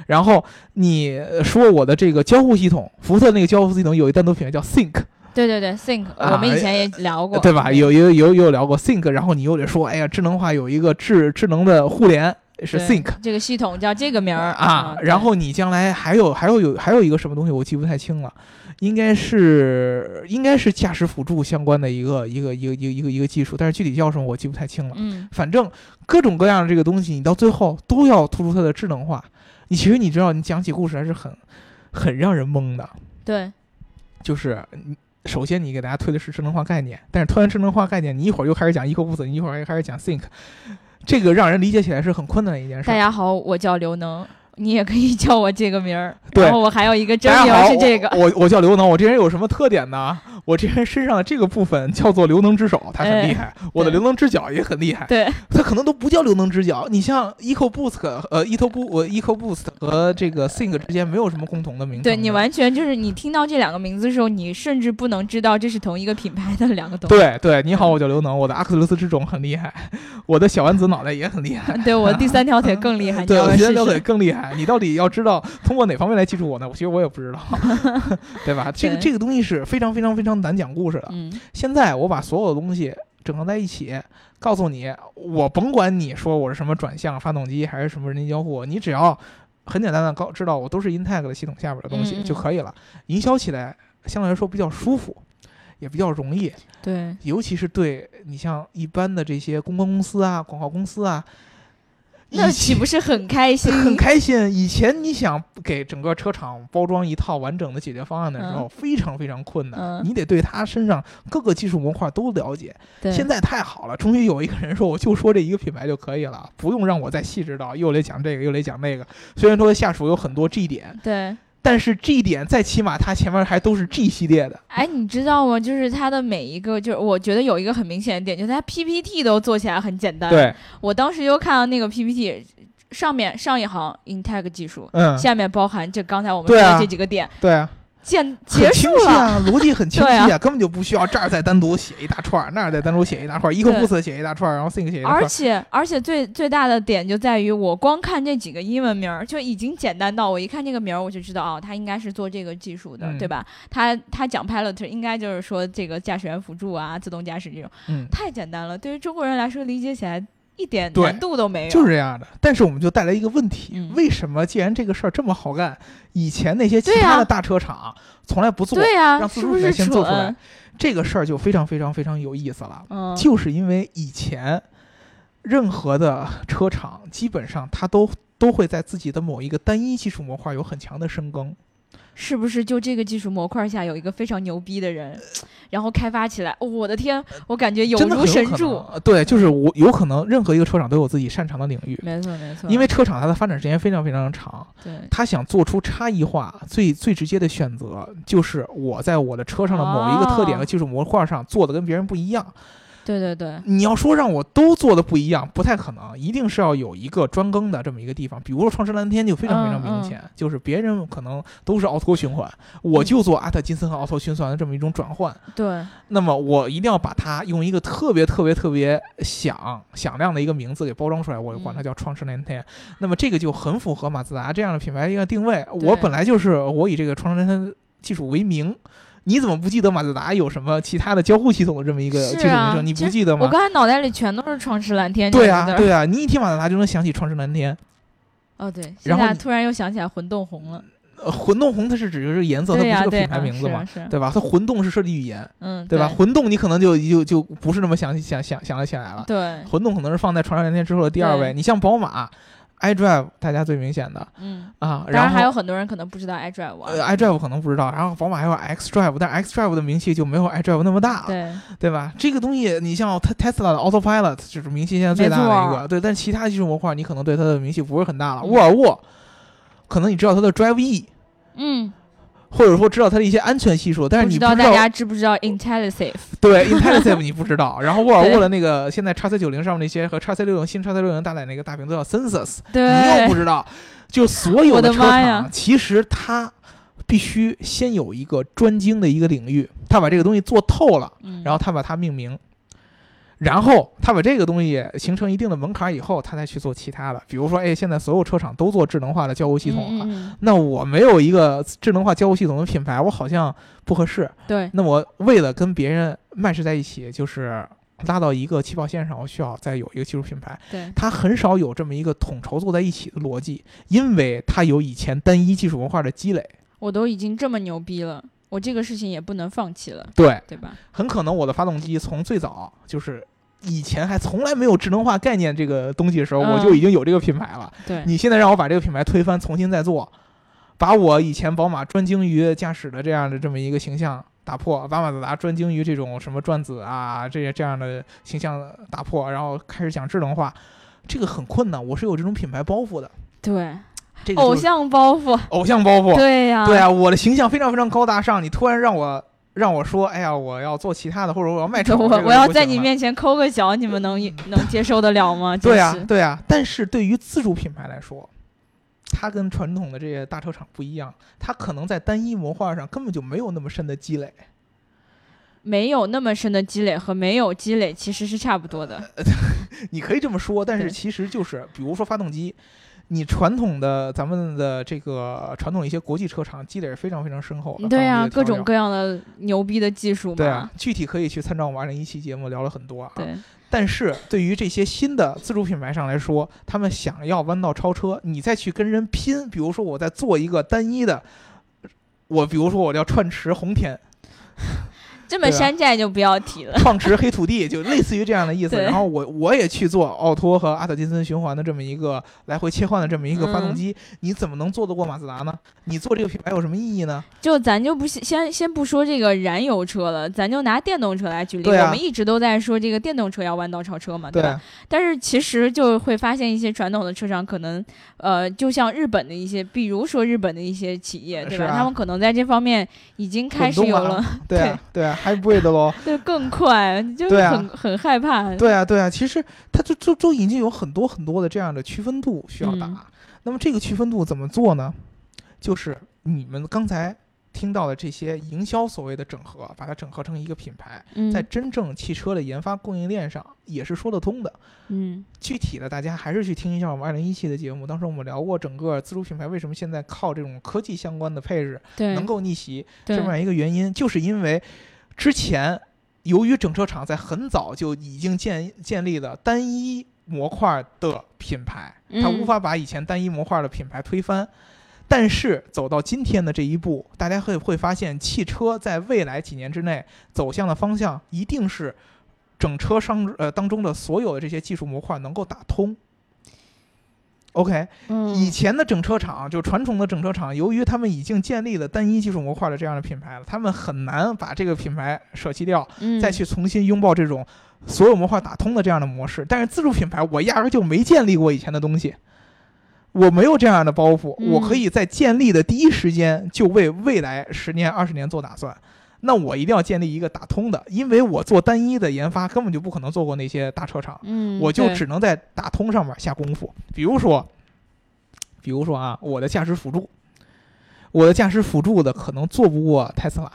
[SPEAKER 3] 然后你呃说我的这个交互系统，福特那个交互系统有一单独品牌叫 Think，
[SPEAKER 2] 对对对，think，
[SPEAKER 3] 啊
[SPEAKER 2] 我们以前也聊过，嗯
[SPEAKER 3] 对吧？有有有有聊过 Think，然后你又得说，哎呀，智能化有一个智智能的互联是
[SPEAKER 2] 对
[SPEAKER 3] Think
[SPEAKER 2] 这个系统叫这个名儿
[SPEAKER 3] 啊，
[SPEAKER 2] 对
[SPEAKER 3] 然后你将来还有还有有还有一个什么东西我记不太清了，应该是应该是驾驶辅助相关的一个一个一个一个一个一个技术，但是具体叫什么我记不太清了。
[SPEAKER 2] 嗯，
[SPEAKER 3] 反正各种各样的这个东西，你到最后都要突出它的智能化。你其实你知道，你讲起故事来是很很让人懵的，
[SPEAKER 2] 对
[SPEAKER 3] 就是你首先你给大家推的是智能化概念，但是推完智能化概念，你一会儿又开始讲 EcoBoost，你一会儿又开始讲 Think，这个让人理解起来是很困难的一件事
[SPEAKER 2] 大
[SPEAKER 3] 儿。
[SPEAKER 2] 家好，我叫刘能，你也可以 叫我这个名儿。
[SPEAKER 3] 对
[SPEAKER 2] 然后我还有一个真
[SPEAKER 3] 大
[SPEAKER 2] 名
[SPEAKER 3] 家
[SPEAKER 2] 儿
[SPEAKER 3] 好，
[SPEAKER 2] 是这个。
[SPEAKER 3] 我我我叫刘能，我这人有什么特点呢？我这人身上的这个部分叫做刘能之手，他很厉害；我的
[SPEAKER 2] 哎对
[SPEAKER 3] 刘能之脚也很厉害。
[SPEAKER 2] 对，
[SPEAKER 3] 他可能都不叫刘能之脚。你像 Eco Boost，呃，Eco Bo 呃 Eco Boost 和这个 Think 之间没有什么共同的名称。
[SPEAKER 2] 对你。完全就是你听到这两个名字的时候，你甚至不能知道这是同一个品牌的两个东西。
[SPEAKER 3] 对对，你好，我叫刘能，我的阿克琉斯之种很厉害，我的小丸子脑袋也很厉害。
[SPEAKER 2] 对我第三 条腿更厉害，你
[SPEAKER 3] 对，
[SPEAKER 2] 要
[SPEAKER 3] 我
[SPEAKER 2] 不要
[SPEAKER 3] 觉
[SPEAKER 2] 试
[SPEAKER 3] 得刘
[SPEAKER 2] 试
[SPEAKER 3] 能更厉害。你到底要知道通过哪方面来记住我呢？我其实我也不知道， 对吧？这个
[SPEAKER 2] 对
[SPEAKER 3] 这个东西是非常非常非常难讲故事的。
[SPEAKER 2] 嗯，
[SPEAKER 3] 现在我把所有的东西整合在一起，告诉你，我甭管你说我是什么转向发动机还是什么人机交互，你只要很简单的告知道我都是 Intag 的系统下边的东
[SPEAKER 2] 嗯
[SPEAKER 3] 西
[SPEAKER 2] 嗯
[SPEAKER 3] 就可以了。营销起来相对来说比较舒服，也比较容易，
[SPEAKER 2] 对，
[SPEAKER 3] 尤其是对你像一般的这些公关公司啊、广告公司啊，
[SPEAKER 2] 那
[SPEAKER 3] 以
[SPEAKER 2] 岂
[SPEAKER 3] 前
[SPEAKER 2] 不是很开心？
[SPEAKER 3] 很开心。以前你想给整个车厂包装一套完整的解决方案的时候，
[SPEAKER 2] 嗯
[SPEAKER 3] 非常非常困难，
[SPEAKER 2] 嗯
[SPEAKER 3] 你得对他身上各个技术模块都了解。
[SPEAKER 2] 对，
[SPEAKER 3] 现在太好了，终于有一个人说我就说这一个品牌就可以了，不用让我再细致到又得讲这个又得讲那个。虽然说下属有很多 G 点，
[SPEAKER 2] 对，
[SPEAKER 3] 但是 G 点再起码它前面还都是 G 系列的。
[SPEAKER 2] 哎，你知道吗？就是它的每一个，就是我觉得有一个很明显的点，就是它 PPT 都做起来很简单。，
[SPEAKER 3] 对，
[SPEAKER 2] 我当时就看到那个 PPT，上面上一行 Intag 技术，
[SPEAKER 3] 嗯，
[SPEAKER 2] 下面包含这刚才我们说
[SPEAKER 3] 对啊
[SPEAKER 2] 的这几个点，
[SPEAKER 3] 对啊，
[SPEAKER 2] 简
[SPEAKER 3] 很
[SPEAKER 2] 结束
[SPEAKER 3] 清晰
[SPEAKER 2] 了。
[SPEAKER 3] 啊，逻 辑很清晰
[SPEAKER 2] 对啊
[SPEAKER 3] 根本就不需要这儿再单独写一大串儿，那儿再单独写一大串儿，一个 boost 写一大串儿，然后 think 写一大串
[SPEAKER 2] 而
[SPEAKER 3] 儿。
[SPEAKER 2] 且而且最最大的点就在于，我光看这几个英文名儿就已经简单到我一看这个名儿我就知道哦，他应该是做这个技术的，
[SPEAKER 3] 嗯
[SPEAKER 2] 对吧？他他讲 pilot 应该就是说这个驾驶员辅助啊、自动驾驶这种，
[SPEAKER 3] 嗯，
[SPEAKER 2] 太简单了。对于中国人来说，理解起来一点
[SPEAKER 3] 对
[SPEAKER 2] 难度都没有。
[SPEAKER 3] 就是这样的。但是我们就带来一个问题：
[SPEAKER 2] 嗯
[SPEAKER 3] 为什么既然这个事儿这么好干，以前那些其
[SPEAKER 2] 对啊
[SPEAKER 3] 他的大车厂从来不做？
[SPEAKER 2] 对呀、
[SPEAKER 3] 让自
[SPEAKER 2] 是
[SPEAKER 3] 主
[SPEAKER 2] 不
[SPEAKER 3] 品
[SPEAKER 2] 是
[SPEAKER 3] 牌先做出来
[SPEAKER 2] 蠢？
[SPEAKER 3] 这个事儿就非常非常非常有意思了。
[SPEAKER 2] 嗯，
[SPEAKER 3] 就是因为以前任何的车厂基本上它都都会在自己的某一个单一技术模块有很强的深耕，
[SPEAKER 2] 是不是就这个技术模块下有一个非常牛逼的人，然后开发起来？哦我的天，我感觉有
[SPEAKER 3] 真的
[SPEAKER 2] 如
[SPEAKER 3] 很
[SPEAKER 2] 神
[SPEAKER 3] 有可
[SPEAKER 2] 助。
[SPEAKER 3] 能。对，就是我有可能任何一个车厂都有自己擅长的领域。
[SPEAKER 2] 没错，没错，
[SPEAKER 3] 因为车厂它的发展时间非常非常长，
[SPEAKER 2] 对
[SPEAKER 3] 它想做出差异化，最最直接的选择就是我在我的车上的某一个特点和技术模块上做的跟别人不一样。
[SPEAKER 2] 对对对，
[SPEAKER 3] 你要说让我都做的不一样，不太可能，一定是要有一个专耕的这么一个地方。比如说创世蓝天就非常非常明显，就是别人可能都是奥托循环，我就做阿特金森和奥托循环的这么一种转换。
[SPEAKER 2] 对，
[SPEAKER 3] 那么我一定要把它用一个特别特别特别响响亮的一个名字给包装出来，我
[SPEAKER 2] 嗯
[SPEAKER 3] 管它叫创世蓝天。那么这个就很符合马自达这样的品牌一个定位。我本来就是我以这个创世蓝天技术为名。你怎么不记得马自达有什么其他的交互系统的这么一个
[SPEAKER 2] 是
[SPEAKER 3] 技术名
[SPEAKER 2] 啊
[SPEAKER 3] 称？你
[SPEAKER 2] 其
[SPEAKER 3] 不
[SPEAKER 2] 实
[SPEAKER 3] 记得吗？
[SPEAKER 2] 我刚才脑袋里全都是“创世蓝天”
[SPEAKER 3] 对
[SPEAKER 2] 啊
[SPEAKER 3] 啊，，对啊，你一提马自达就能想起创世蓝天。
[SPEAKER 2] 哦对，现
[SPEAKER 3] 然后
[SPEAKER 2] 在
[SPEAKER 3] 你
[SPEAKER 2] 突然又想起来“混动红”了，
[SPEAKER 3] 呃，混动红它是指就是颜色，它
[SPEAKER 2] 对
[SPEAKER 3] 不
[SPEAKER 2] 呀，
[SPEAKER 3] 是个
[SPEAKER 2] 对
[SPEAKER 3] 品
[SPEAKER 2] 呀，
[SPEAKER 3] 牌名字
[SPEAKER 2] 是
[SPEAKER 3] 嘛
[SPEAKER 2] 啊，，是啊
[SPEAKER 3] 对吧？它混动是设计语言，
[SPEAKER 2] 嗯，
[SPEAKER 3] 对吧？混动你可能就就就不是那么想起想想想得起来了。
[SPEAKER 2] 对，
[SPEAKER 3] 混动可能是放在创世蓝天之后的第二位。
[SPEAKER 2] 对
[SPEAKER 3] 你像宝马，iDrive 大家最明显的
[SPEAKER 2] 嗯，
[SPEAKER 3] 啊，
[SPEAKER 2] 当
[SPEAKER 3] 然
[SPEAKER 2] 然
[SPEAKER 3] 后
[SPEAKER 2] 还有很多人可能不知道 iDrive
[SPEAKER 3] 呃
[SPEAKER 2] 啊，
[SPEAKER 3] iDrive 可能不知道，然后宝马还有 xDrive，但 xDrive 的名气就没有 iDrive 那么大了。
[SPEAKER 2] 对，
[SPEAKER 3] 对吧？这个东西，你像 Te- Tesla 的 Autopilot 就是名气现在最大的
[SPEAKER 2] 没
[SPEAKER 3] 一
[SPEAKER 2] 错
[SPEAKER 3] 个，对，但其他技术模块你可能对它的名气不是很大了。
[SPEAKER 2] 嗯
[SPEAKER 3] 沃尔沃，可能你知道它的 Drive E，
[SPEAKER 2] 嗯，
[SPEAKER 3] 或者说知道它的一些安全系数，但是
[SPEAKER 2] 不
[SPEAKER 3] 你
[SPEAKER 2] 知
[SPEAKER 3] 不
[SPEAKER 2] 道
[SPEAKER 3] 知
[SPEAKER 2] 大
[SPEAKER 3] 道哦
[SPEAKER 2] 家知不知道 Intellisave？
[SPEAKER 3] 对 Intellisave 你不知道。然后沃尔沃的那个现在 x C 九零上面那些和 x C 六零新 x C 六零搭载那个大屏都叫 Sensus，你又
[SPEAKER 2] 对，
[SPEAKER 3] 不知道，就所有
[SPEAKER 2] 哎我的
[SPEAKER 3] 车
[SPEAKER 2] 妈呀
[SPEAKER 3] 厂其实它必须先有一个专精的一个领域，它把这个东西做透了。
[SPEAKER 2] 嗯
[SPEAKER 3] 然后他把它命名，然后他把这个东西形成一定的门槛以后，他再去做其他的。比如说，哎，现在所有车厂都做智能化的交互系统啊了，
[SPEAKER 2] 嗯嗯嗯
[SPEAKER 3] 那我没有一个智能化交互系统的品牌，我好像不合适。
[SPEAKER 2] 对，
[SPEAKER 3] 那我为了跟别人 match 在一起，就是拉到一个起跑线上，我需要再有一个技术品牌。
[SPEAKER 2] 对，
[SPEAKER 3] 它很少有这么一个统筹坐在一起的逻辑，因为它有以前单一技术文化的积累。
[SPEAKER 2] 我都已经这么牛逼了，我这个事情也不能放弃了，
[SPEAKER 3] 对，
[SPEAKER 2] 对吧？
[SPEAKER 3] 很可能我的发动机从最早就是以前还从来没有智能化概念这个东西的时候，
[SPEAKER 2] 嗯
[SPEAKER 3] 我就已经有这个品牌了。
[SPEAKER 2] 对，
[SPEAKER 3] 你现在让我把这个品牌推翻，重新再做，把我以前宝马专精于驾驶的这样的这么一个形象打破，把马自达专精于这种什么转子啊这这样的形象打破，然后开始讲智能化，这个很困难。我是有这种品牌包袱的。
[SPEAKER 2] 对。
[SPEAKER 3] 这个
[SPEAKER 2] 偶
[SPEAKER 3] 就是
[SPEAKER 2] 像包袱，
[SPEAKER 3] 偶像包袱，
[SPEAKER 2] 对呀、
[SPEAKER 3] 对啊， 我的形象非常非常高大上，你突然让我让我说，哎呀，我要做其他的，或者我要卖
[SPEAKER 2] 就
[SPEAKER 3] 丑，
[SPEAKER 2] 我
[SPEAKER 3] 这个
[SPEAKER 2] 我要
[SPEAKER 3] 不
[SPEAKER 2] 在
[SPEAKER 3] 行
[SPEAKER 2] 你
[SPEAKER 3] 了。嗯
[SPEAKER 2] 面前抠个脚，你们能能接受得了吗？
[SPEAKER 3] 对
[SPEAKER 2] 呀、
[SPEAKER 3] 啊，对啊，但是对于自主品牌来说，它跟传统的这些大车厂不一样，它可能在单一文化上根本就没有那么深的积累。
[SPEAKER 2] 没有那么深的积累和没有积累其实是差不多的。
[SPEAKER 3] 你可以这么说，但
[SPEAKER 2] 对
[SPEAKER 3] 是其实就是，比如说发动机，你传统的咱们的这个传统一些国际车厂积累是非常非常深厚的。
[SPEAKER 2] 对
[SPEAKER 3] 呀、
[SPEAKER 2] 呀、各种
[SPEAKER 3] 各
[SPEAKER 2] 各样的牛逼的技术嘛。
[SPEAKER 3] 对啊，具体可以去参照我们二零一期节目聊了很多啊。
[SPEAKER 2] 对
[SPEAKER 3] 但是对于这些新的自主品牌上来说，他们想要弯道超车，你再去跟人拼，比如说我在做一个单一的，我比如说我叫创驰红田、
[SPEAKER 2] 这么
[SPEAKER 3] 对啊
[SPEAKER 2] 山寨就不要提了。
[SPEAKER 3] 创驰黑土地，就类似于这样的意思。
[SPEAKER 2] 对
[SPEAKER 3] 然后我我也去做奥托和阿特金森循环的这么一个来回切换的这么一个发动机，你怎么能做得过马自达呢？你做这个品牌有什么意义呢？
[SPEAKER 2] 就咱就不先先先不说这个燃油车了，咱就拿电动车来举例。
[SPEAKER 3] 对啊
[SPEAKER 2] 我们一直都在说这个电动车要弯道超车嘛，
[SPEAKER 3] 对
[SPEAKER 2] 吧？
[SPEAKER 3] 啊，
[SPEAKER 2] 但是其实就会发现一些传统的车厂可能，呃，就像日本的一些，比如说日本的一些企业，对
[SPEAKER 3] 是
[SPEAKER 2] 吧？
[SPEAKER 3] 啊
[SPEAKER 2] 他们可能在这方面已经开始有
[SPEAKER 3] 滚动
[SPEAKER 2] 了，
[SPEAKER 3] 对啊，对啊，hybrid 喽，
[SPEAKER 2] 对，更快，就
[SPEAKER 3] 对啊
[SPEAKER 2] 很很害怕。
[SPEAKER 3] 对啊，对啊，其实它就就就已经有很多很多的这样的区分度需要打。
[SPEAKER 2] 嗯
[SPEAKER 3] 那么这个区分度怎么做呢？就是你们刚才听到的这些营销所谓的整合，把它整合成一个品牌，
[SPEAKER 2] 嗯
[SPEAKER 3] 在真正汽车的研发供应链上也是说得通的。
[SPEAKER 2] 嗯
[SPEAKER 3] 具体的，大家还是去听一下我们二零一期的节目，当时我们聊过整个自主品牌为什么现在靠这种科技相关的配置
[SPEAKER 2] 对
[SPEAKER 3] 能够逆袭，
[SPEAKER 2] 对
[SPEAKER 3] 这么样一个原因，就是因为之前由于整车厂在很早就已经建建立了单一模块的品牌，它
[SPEAKER 2] 嗯
[SPEAKER 3] 无法把以前单一模块的品牌推翻。但是走到今天的这一步，大家会会发现，汽车在未来几年之内走向的方向一定是整车上呃当中的所有的这些技术模块能够打通。OK，
[SPEAKER 2] 嗯
[SPEAKER 3] 以前的整车厂，就传统的整车厂，由于他们已经建立了单一技术模块的这样的品牌了，他们很难把这个品牌舍弃掉，
[SPEAKER 2] 嗯
[SPEAKER 3] 再去重新拥抱这种所有模块打通的这样的模式。但是自主品牌，我压根儿就没建立过以前的东西，我没有这样的包袱，
[SPEAKER 2] 嗯
[SPEAKER 3] 我可以在建立的第一时间就为未来十年、二十年做打算。那我一定要建立一个打通的，因为我做单一的研发根本就不可能做过那些大车厂。
[SPEAKER 2] 嗯，
[SPEAKER 3] 我就
[SPEAKER 2] 对
[SPEAKER 3] 只能在打通上面下功夫。比如说，比如说啊，我的驾驶辅助，我的驾驶辅助的可能做不过特斯拉，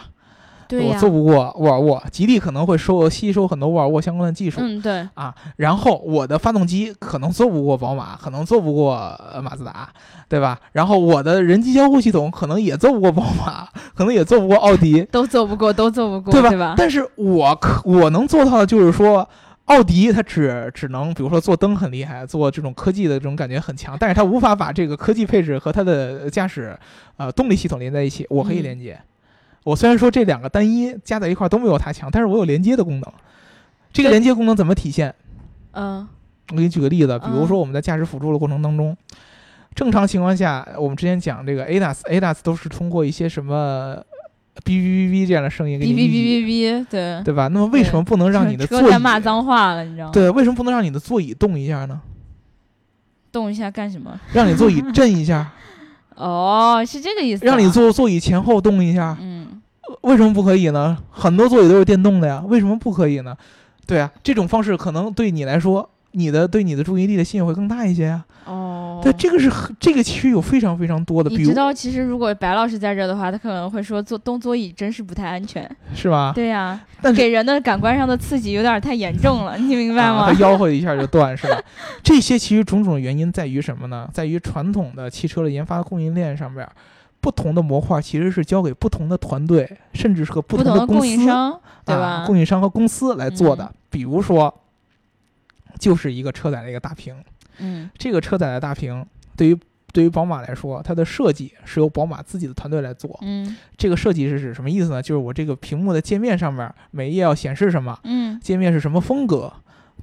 [SPEAKER 2] 对
[SPEAKER 3] 我
[SPEAKER 2] 呀
[SPEAKER 3] 做不过沃尔沃，吉利可能会收吸收很多沃尔沃相关的技术。
[SPEAKER 2] 嗯对
[SPEAKER 3] 啊，然后我的发动机可能做不过宝马，可能做不过呃马自达，对吧？然后我的人机交互系统可能也做不过宝马，可能也做不过奥迪，
[SPEAKER 2] 都做不过，都做不过，
[SPEAKER 3] 对吧？
[SPEAKER 2] 对吧？
[SPEAKER 3] 但是我可我能做到的就是说，奥迪它只只能比如说做灯很厉害，做这种科技的这种感觉很强，但是它无法把这个科技配置和它的驾驶呃动力系统连在一起。我可以
[SPEAKER 2] 嗯
[SPEAKER 3] 连接，我虽然说这两个单一加在一块儿都没有它强，但是我有连接的功能。这个
[SPEAKER 2] 对
[SPEAKER 3] 连接功能怎么体现？
[SPEAKER 2] 嗯
[SPEAKER 3] 我给你举个例子，比如
[SPEAKER 2] 嗯
[SPEAKER 3] 说我们在驾驶辅助的过程当中，正常情况下，我们之前讲这个 ADAS，ADAS 都是通过一些什么哔哔哔哔这样的声音
[SPEAKER 2] 哔
[SPEAKER 3] 给你
[SPEAKER 2] 哔
[SPEAKER 3] 抑制
[SPEAKER 2] 哔哔哔，嗯对，
[SPEAKER 3] 对吧？那么为什么不能让你的座
[SPEAKER 2] 车在
[SPEAKER 3] 椅
[SPEAKER 2] 骂脏话了，你知道吗？
[SPEAKER 3] 对，为什么不能让你的座椅动一下呢？
[SPEAKER 2] 动一下干什么？
[SPEAKER 3] 让你座 椅震一下，
[SPEAKER 2] 哦，是这个意思、
[SPEAKER 3] 让你，坐座椅前后动一下，
[SPEAKER 2] 嗯，
[SPEAKER 3] 为什么不可以呢？很多座椅都是电动的呀，为什么不可以呢？对啊，这种方式可能对你来说，你的对你的注意力的吸引会更大一些呀、
[SPEAKER 2] 哦，
[SPEAKER 3] 对，这个是很这个其实有非常非常多的，比
[SPEAKER 2] 你
[SPEAKER 3] 如
[SPEAKER 2] 知道，其实如果白老师在这儿的话，他可能会说坐动座椅真是不太安全。
[SPEAKER 3] 是吧？
[SPEAKER 2] 对呀、
[SPEAKER 3] 啊但是
[SPEAKER 2] 给人的感官上的刺激有点太严重了，你明白吗？
[SPEAKER 3] 啊、它吆喝一下就断是吧？这些其实种种原因在于什么呢？在于传统的汽车的研发供应链上边儿，不同的模块其实是交给不同的团队，甚至是和不
[SPEAKER 2] 不同
[SPEAKER 3] 的
[SPEAKER 2] 的
[SPEAKER 3] 公
[SPEAKER 2] 供
[SPEAKER 3] 司、
[SPEAKER 2] 应商，对吧？
[SPEAKER 3] 啊，供应商和公司来做的。
[SPEAKER 2] 嗯
[SPEAKER 3] 比如说，就是一个车载的一个大屏，
[SPEAKER 2] 嗯
[SPEAKER 3] 这个车载的大屏对于。对于宝马来说，它的设计是由宝马自己的团队来做。
[SPEAKER 2] 嗯
[SPEAKER 3] 这个设计是指什么意思呢？就是我这个屏幕的界面上面儿每一页要显示什么，
[SPEAKER 2] 嗯
[SPEAKER 3] 界面是什么风格，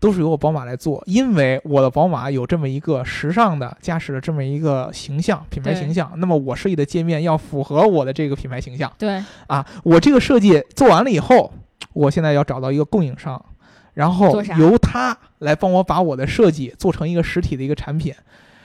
[SPEAKER 3] 都是由我宝马来做，因为我的宝马有这么一个时尚的驾驶的这么一个形象，品牌
[SPEAKER 2] 对
[SPEAKER 3] 形象。那么我设计的界面要符合我的这个品牌形象
[SPEAKER 2] 对，
[SPEAKER 3] 啊。我这个设计做完了以后，我现在要找到一个供应商，然后
[SPEAKER 2] 做啥
[SPEAKER 3] 由他来帮我把我的设计做成一个实体的一个产品。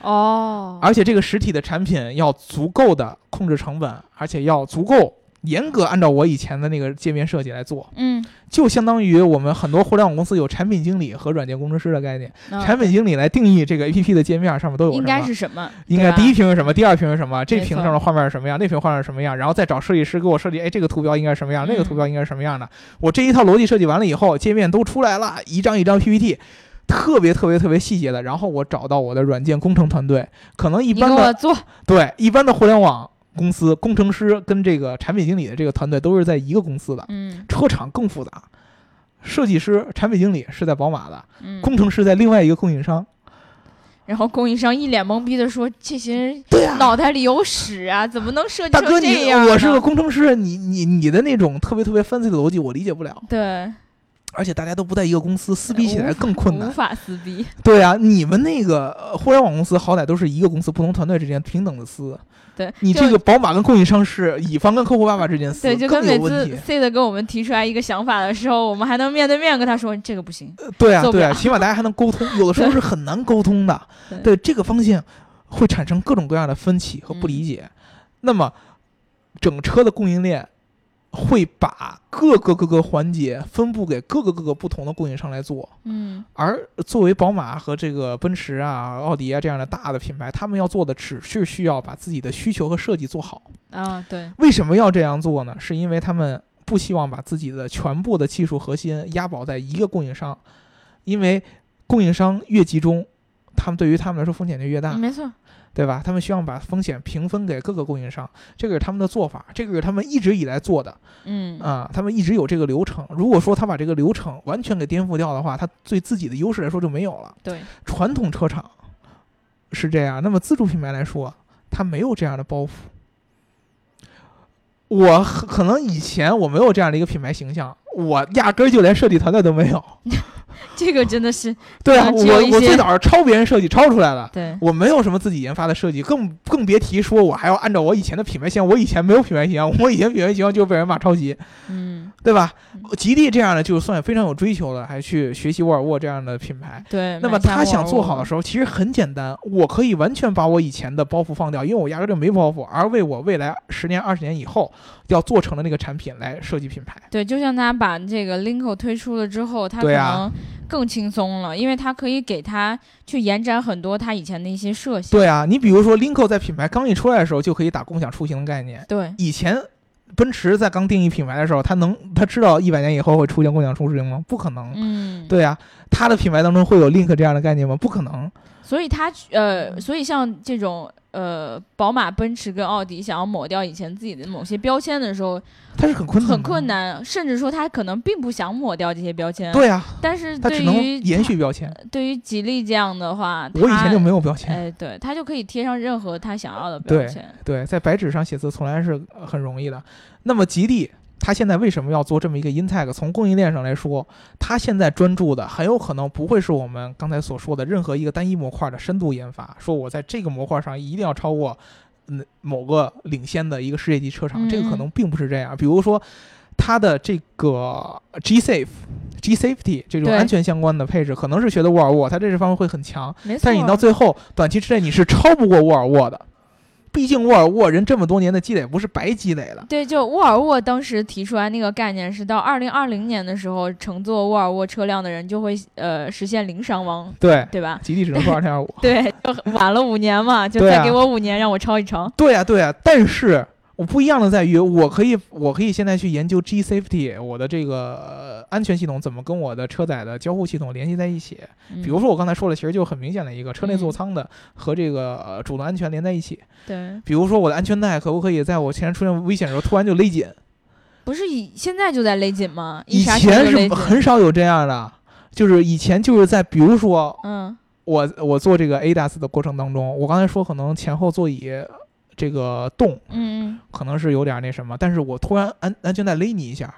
[SPEAKER 2] 哦，
[SPEAKER 3] 而且这个实体的产品要足够的控制成本，而且要足够严格按照我以前的那个界面设计来做，
[SPEAKER 2] 嗯，
[SPEAKER 3] 就相当于我们很多互联网公司有产品经理和软件工程师的概念，
[SPEAKER 2] 嗯
[SPEAKER 3] 产品经理来定义这个 APP 的界面上面都有什
[SPEAKER 2] 应
[SPEAKER 3] 么。
[SPEAKER 2] 该是什么？
[SPEAKER 3] 应该
[SPEAKER 2] 对吧
[SPEAKER 3] 第一屏是什么，第二屏是什么，这
[SPEAKER 2] 没
[SPEAKER 3] 屏
[SPEAKER 2] 错
[SPEAKER 3] 上的画面是什么样，那屏画面是什么样，然后再找设计师给我设计，哎，这个图标应该是什么样，
[SPEAKER 2] 嗯
[SPEAKER 3] 那个图标应该是什么样的。我这一套逻辑设计完了以后，界面都出来了，一张一张 PPT，特别特别特别细节的。然后我找到我的软件工程团队，可能一
[SPEAKER 2] 你给
[SPEAKER 3] 般
[SPEAKER 2] 我
[SPEAKER 3] 的
[SPEAKER 2] 做，
[SPEAKER 3] 对一般的互联网公司工程师跟这个产品经理的这个团队都是在一个公司的，
[SPEAKER 2] 嗯
[SPEAKER 3] 车厂更复杂。设计师、产品经理是在宝马的，
[SPEAKER 2] 嗯，
[SPEAKER 3] 工程师在另外一个供应商。
[SPEAKER 2] 然后供应商一脸懵逼的说：“这些人脑袋里有屎啊，怎么能设计
[SPEAKER 3] 大哥
[SPEAKER 2] 成
[SPEAKER 3] 你，
[SPEAKER 2] 这样呢？”
[SPEAKER 3] 我是个工程师，你你你的那种特别特别 fancy 的逻辑我理解不了，
[SPEAKER 2] 对
[SPEAKER 3] 而且大家都不在一个公司，撕逼起来更困
[SPEAKER 2] 无
[SPEAKER 3] 难。
[SPEAKER 2] 法撕逼，
[SPEAKER 3] 对啊，你们那个呃互联网公司好歹都是一个公司，不同团队之间平等的撕。
[SPEAKER 2] 对
[SPEAKER 3] 你
[SPEAKER 2] 就
[SPEAKER 3] 这个宝马跟供应商是乙方跟客户爸爸之间撕
[SPEAKER 2] 对，，就跟
[SPEAKER 3] 更有
[SPEAKER 2] 每
[SPEAKER 3] 问
[SPEAKER 2] 次
[SPEAKER 3] 题。
[SPEAKER 2] C 的给我们提出来一个想法的时候，我们还能面对面跟他说这个不行。
[SPEAKER 3] 呃对啊
[SPEAKER 2] 做不
[SPEAKER 3] 对啊，
[SPEAKER 2] 了
[SPEAKER 3] 起码大家还能沟通，有的时候是很难沟通的。
[SPEAKER 2] 对
[SPEAKER 3] 对这个方向会产生各种各样的分歧和
[SPEAKER 2] 嗯
[SPEAKER 3] 不理解。那么，整车的供应链会把各个各个环节分布给各个各个不同的供应商来做。
[SPEAKER 2] 嗯
[SPEAKER 3] 而作为宝马和这个奔驰啊、奥迪啊这样的大的品牌，他们要做的只是需要把自己的需求和设计做好。
[SPEAKER 2] 啊，对，
[SPEAKER 3] 为什么要这样做呢？是因为他们不希望把自己的全部的技术核心押宝在一个供应商，因为供应商越集中，他们对于他们来说风险就越大。
[SPEAKER 2] 没错，
[SPEAKER 3] 对吧？他们希望把风险平分给各个供应商，这个是他们的做法，这个是他们一直以来做的
[SPEAKER 2] 嗯
[SPEAKER 3] 啊、他们一直有这个流程。如果说他把这个流程完全给颠覆掉的话，他对自己的优势来说就没有了。
[SPEAKER 2] 对，
[SPEAKER 3] 传统车厂是这样，那么自主品牌来说，它没有这样的包袱。我很可能以前我没有这样的一个品牌形象，我压根儿就连设计团队都没有。
[SPEAKER 2] 这个真的是
[SPEAKER 3] 对啊，
[SPEAKER 2] 可能
[SPEAKER 3] 我
[SPEAKER 2] 只有一
[SPEAKER 3] 我
[SPEAKER 2] 些
[SPEAKER 3] 最早是抄别人设计抄出来的，
[SPEAKER 2] 对，
[SPEAKER 3] 我没有什么自己研发的设计，更更别提说我还要按照我以前的品牌形象，我以前没有品牌形象，我以前品牌形象就被人骂抄袭，
[SPEAKER 2] 嗯
[SPEAKER 3] 对吧？吉利这样的就算非常有追求了，还去学习沃尔沃这样的品牌。
[SPEAKER 2] 对。
[SPEAKER 3] 那么
[SPEAKER 2] 买家
[SPEAKER 3] 他想
[SPEAKER 2] 沃尔
[SPEAKER 3] 做
[SPEAKER 2] 沃
[SPEAKER 3] 好的时候，其实很简单，我可以完全把我以前的包袱放掉，因为我压根就没包袱，而为我未来十年、二十年以后要做成的那个产品来设计品牌。
[SPEAKER 2] 对，就像他把这个 Linko 推出了之后，他可
[SPEAKER 3] 对啊
[SPEAKER 2] 能更轻松了，因为他可以给他去延展很多他以前的一些设想。
[SPEAKER 3] 对啊，你比如说 Linko 在品牌刚一出来的时候，就可以打共享出行的概念，
[SPEAKER 2] 对
[SPEAKER 3] 以前奔驰在刚定义品牌的时候，他能他知道一百年以后会出现共享出行吗？不可能。
[SPEAKER 2] 嗯，。
[SPEAKER 3] 对呀、啊，他的品牌当中会有 Link 这样的概念吗？不可能。
[SPEAKER 2] 所以他呃，所以像这种呃，宝马、奔驰跟奥迪想要抹掉以前自己的某些标签的时候，
[SPEAKER 3] 它是很困难，
[SPEAKER 2] 很困。难，甚至说他可能并不想抹掉这些标签。，
[SPEAKER 3] 对呀、啊
[SPEAKER 2] 但是
[SPEAKER 3] 它
[SPEAKER 2] 对
[SPEAKER 3] 只能
[SPEAKER 2] 于
[SPEAKER 3] 延续标签。
[SPEAKER 2] 对于吉利这样的话，
[SPEAKER 3] 我以前就
[SPEAKER 2] 他
[SPEAKER 3] 没有标签。
[SPEAKER 2] 哎，对，他就可以贴上任何他想要的标
[SPEAKER 3] 对
[SPEAKER 2] 签。
[SPEAKER 3] 对，在白纸上写字从来是呃很容易的。那么吉利，它现在为什么要做这么一个 Intech？从供应链上来说，它现在专注的很有可能不会是我们刚才所说的任何一个单一模块的深度研发，说我在这个模块上一定要超过嗯某个领先的一个世界级车厂，这个可
[SPEAKER 2] 嗯
[SPEAKER 3] 能并不是这样。比如说。它的这个 G Safe、G Safety 这种
[SPEAKER 2] 对
[SPEAKER 3] 安全相关的配置，可能是学的沃尔沃，它在这方面会很强。
[SPEAKER 2] 没错。
[SPEAKER 3] 但是你到最后短期之内你是超不过沃尔沃的，毕竟沃尔沃人这么多年的积累不是白积累的。
[SPEAKER 2] 对，就沃尔沃当时提出来那个概念是，到二零二零年的时候，乘坐沃尔沃车辆的人就会呃实现零伤亡，
[SPEAKER 3] 对，
[SPEAKER 2] 对吧？
[SPEAKER 3] 吉利只能做二点五。
[SPEAKER 2] 对，就晚了五年嘛，就
[SPEAKER 3] 对
[SPEAKER 2] 再
[SPEAKER 3] 啊
[SPEAKER 2] 给我五年，让我超一超。
[SPEAKER 3] 对呀、对呀、但是我不一样的在于，我可以我可以现在去研究 G Safety，我的这个呃安全系统怎么跟我的车载的交互系统联系在一起。
[SPEAKER 2] 嗯
[SPEAKER 3] 比如说我刚才说了，其实就很明显的一个车内座舱的和这个呃主动安全连在一起。
[SPEAKER 2] 对，
[SPEAKER 3] 比如说我的安全带可不可以在我前出现危险的时候突然就勒紧？
[SPEAKER 2] 不是以现在就在勒紧吗？一
[SPEAKER 3] 以
[SPEAKER 2] 刹车
[SPEAKER 3] 前
[SPEAKER 2] 就勒
[SPEAKER 3] 是
[SPEAKER 2] 紧
[SPEAKER 3] 很少有这样的，就是以前就是在比如说
[SPEAKER 2] 嗯
[SPEAKER 3] 我我做这个 ADAS 的过程当中，我刚才说可能前后座椅这个动
[SPEAKER 2] 嗯
[SPEAKER 3] 可能是有点那什么，但是我突然安安全带勒你一下，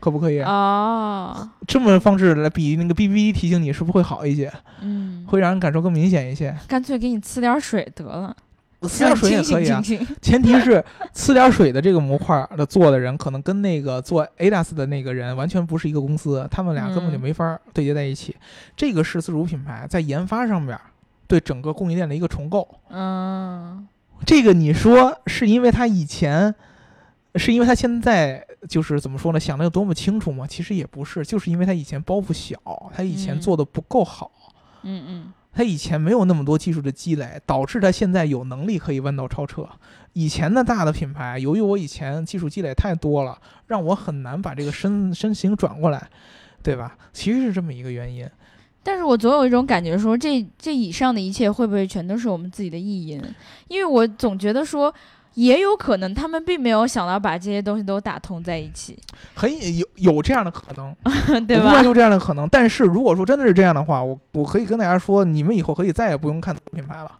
[SPEAKER 3] 可不可以？
[SPEAKER 2] 嗯哦
[SPEAKER 3] 这么方式来比那个 BB 提醒你是不是会好一些，
[SPEAKER 2] 嗯，
[SPEAKER 3] 会让人感受更明显一些？
[SPEAKER 2] 干脆给你呲点水得了，
[SPEAKER 3] 呲点水也
[SPEAKER 2] 清
[SPEAKER 3] 可
[SPEAKER 2] 醒
[SPEAKER 3] 以啊
[SPEAKER 2] 清，醒。
[SPEAKER 3] 前提是呲点水的这个模块儿的做的人，可能跟那个做 ADAS 的那个人完全不是一个公司，他们俩根本就
[SPEAKER 2] 嗯
[SPEAKER 3] 没法儿对接在一起。这个是自主品牌在研发上面儿对整个供应链的一个重构。
[SPEAKER 2] 嗯
[SPEAKER 3] 这个你说是因为他以前，是因为他现在就是怎么说呢，想的有多么清楚吗？其实也不是，就是因为他以前包袱小，他以前
[SPEAKER 2] 嗯
[SPEAKER 3] 做的不够好，
[SPEAKER 2] 嗯嗯
[SPEAKER 3] 他以前没有那么多技术的积累，导致他现在有能力可以弯道超车。以前的大的品牌，由于我以前技术积累太多了，让我很难把这个身身形转过来，对吧？其实是这么一个原因。
[SPEAKER 2] 但是我总有一种感觉说，这这以上的一切会不会全都是我们自己的意淫？因为我总觉得说，也有可能他们并没有想到把这些东西都打通在一起，
[SPEAKER 3] 很有有这样的可能，
[SPEAKER 2] 对
[SPEAKER 3] 我不
[SPEAKER 2] 吧
[SPEAKER 3] 排？除这样的可能。但是如果说真的是这样的话，我我可以跟大家说，你们以后可以再也不用看品牌了，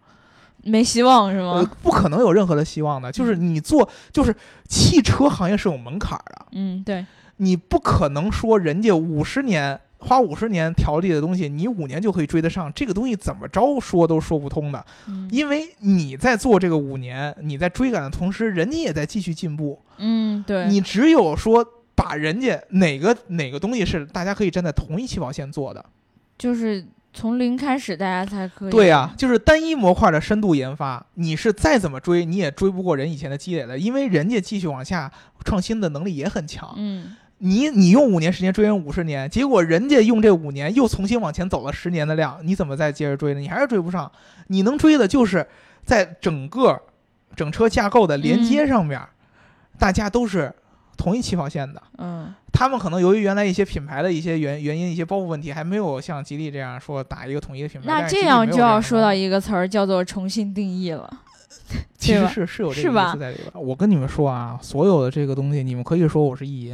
[SPEAKER 2] 没希望是
[SPEAKER 3] 呃
[SPEAKER 2] 吗？，
[SPEAKER 3] 不可能有任何的希望的。就是你做，就是汽车行业是有门槛儿的，
[SPEAKER 2] 嗯，对，
[SPEAKER 3] 你不可能说人家五十年。花五十年调理的东西，你五年就可以追得上，这个东西怎么着说都说不通的。
[SPEAKER 2] 嗯
[SPEAKER 3] 因为你在做这个五年，你在追赶的同时，人家也在继续进步。
[SPEAKER 2] 嗯，对，
[SPEAKER 3] 你只有说把人家哪个哪个东西是大家可以站在同一起跑线做的，
[SPEAKER 2] 就是从零开始，大家才可以。
[SPEAKER 3] 对呀、就是单一模块的深度研发，你是再怎么追，你也追不过人以前的积累的，因为人家继续往下创新的能力也很强。
[SPEAKER 2] 嗯，
[SPEAKER 3] 你你用五年时间追人五十年，结果人家用这五年又重新往前走了十年的量，你怎么再接着追呢？你还是追不上。你能追的就是在整个整车架构的连
[SPEAKER 2] 嗯
[SPEAKER 3] 接上面，大家都是同一起跑线的。
[SPEAKER 2] 嗯
[SPEAKER 3] 他们可能由于原来一些品牌的一些原原因、一些包袱问题，还没有像吉利这样说打一个统一的品牌。
[SPEAKER 2] 那
[SPEAKER 3] 但是
[SPEAKER 2] 这
[SPEAKER 3] 吉利没
[SPEAKER 2] 样
[SPEAKER 3] 有
[SPEAKER 2] 就
[SPEAKER 3] 这
[SPEAKER 2] 要
[SPEAKER 3] 的
[SPEAKER 2] 说到
[SPEAKER 3] 东西
[SPEAKER 2] 一个词儿，叫做重新定义了。
[SPEAKER 3] 其
[SPEAKER 2] 对
[SPEAKER 3] 实
[SPEAKER 2] 吧
[SPEAKER 3] 是是有这
[SPEAKER 2] 是
[SPEAKER 3] 个意
[SPEAKER 2] 吧
[SPEAKER 3] 思在里边儿。我跟你们说啊，所有的这个东西，你们可以说我是意淫，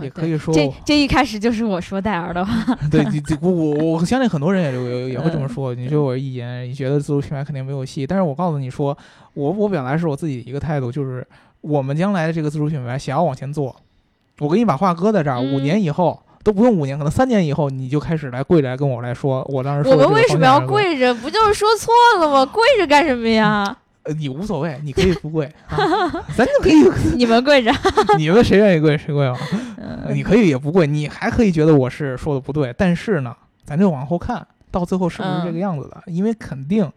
[SPEAKER 3] 也
[SPEAKER 2] 啊
[SPEAKER 3] 可
[SPEAKER 2] 对
[SPEAKER 3] 以说
[SPEAKER 2] 这
[SPEAKER 3] 我
[SPEAKER 2] 这一开始就是我说戴尔的话，
[SPEAKER 3] 对，你这我我我相信很多人也有也会这么
[SPEAKER 2] 嗯
[SPEAKER 3] 说。你说我是意淫，你觉得自主品牌肯定没有戏，但是我告诉你说，我我表达是我自己的一个态度，就是我们将来的这个自主品牌想要往前做，我给你把话搁在这儿，
[SPEAKER 2] 嗯
[SPEAKER 3] 五年以后。都不用五年，可能三年以后你就开始来跪来跟我来说，我当时说
[SPEAKER 2] 我
[SPEAKER 3] 的
[SPEAKER 2] 们
[SPEAKER 3] 这个
[SPEAKER 2] 为什
[SPEAKER 3] 方
[SPEAKER 2] 么
[SPEAKER 3] 向
[SPEAKER 2] 要
[SPEAKER 3] 是对的？
[SPEAKER 2] 跪着？不就是说错了吗？跪着干什么呀？
[SPEAKER 3] 呃你无所谓，你可以 不跪，啊、咱就可以，
[SPEAKER 2] 你们跪 着，
[SPEAKER 3] 你们谁愿意跪谁 跪吧。
[SPEAKER 2] 嗯
[SPEAKER 3] 你可以也不跪，你还可以觉得我是说的不对，但是呢，咱就往后看到最后是不是
[SPEAKER 2] 嗯
[SPEAKER 3] 这个样子的，因为肯定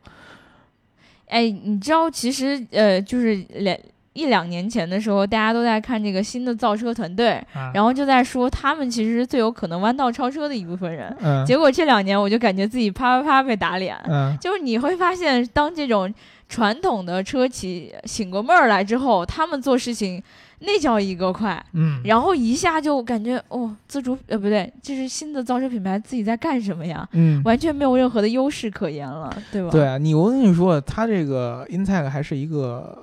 [SPEAKER 2] 哎，你知道，其实呃，就是两一两年前的时候，大家都在看这个新的造车团队，
[SPEAKER 3] 啊，
[SPEAKER 2] 然后就在说他们其实是最有可能弯道超车的一部分人。
[SPEAKER 3] 嗯
[SPEAKER 2] 结果这两年，我就感觉自己啪啪啪被打脸。
[SPEAKER 3] 嗯，
[SPEAKER 2] 就是你会发现，当这种传统的车企醒过味儿来之后，他们做事情那叫一个快，
[SPEAKER 3] 嗯，
[SPEAKER 2] 然后一下就感觉哦，自主呃不对，这是新的造车品牌自己在干什么呀？
[SPEAKER 3] 嗯，
[SPEAKER 2] 完全没有任何的优势可言了，对吧？
[SPEAKER 3] 对啊你，我跟你说，它这个 Intech 还是一个，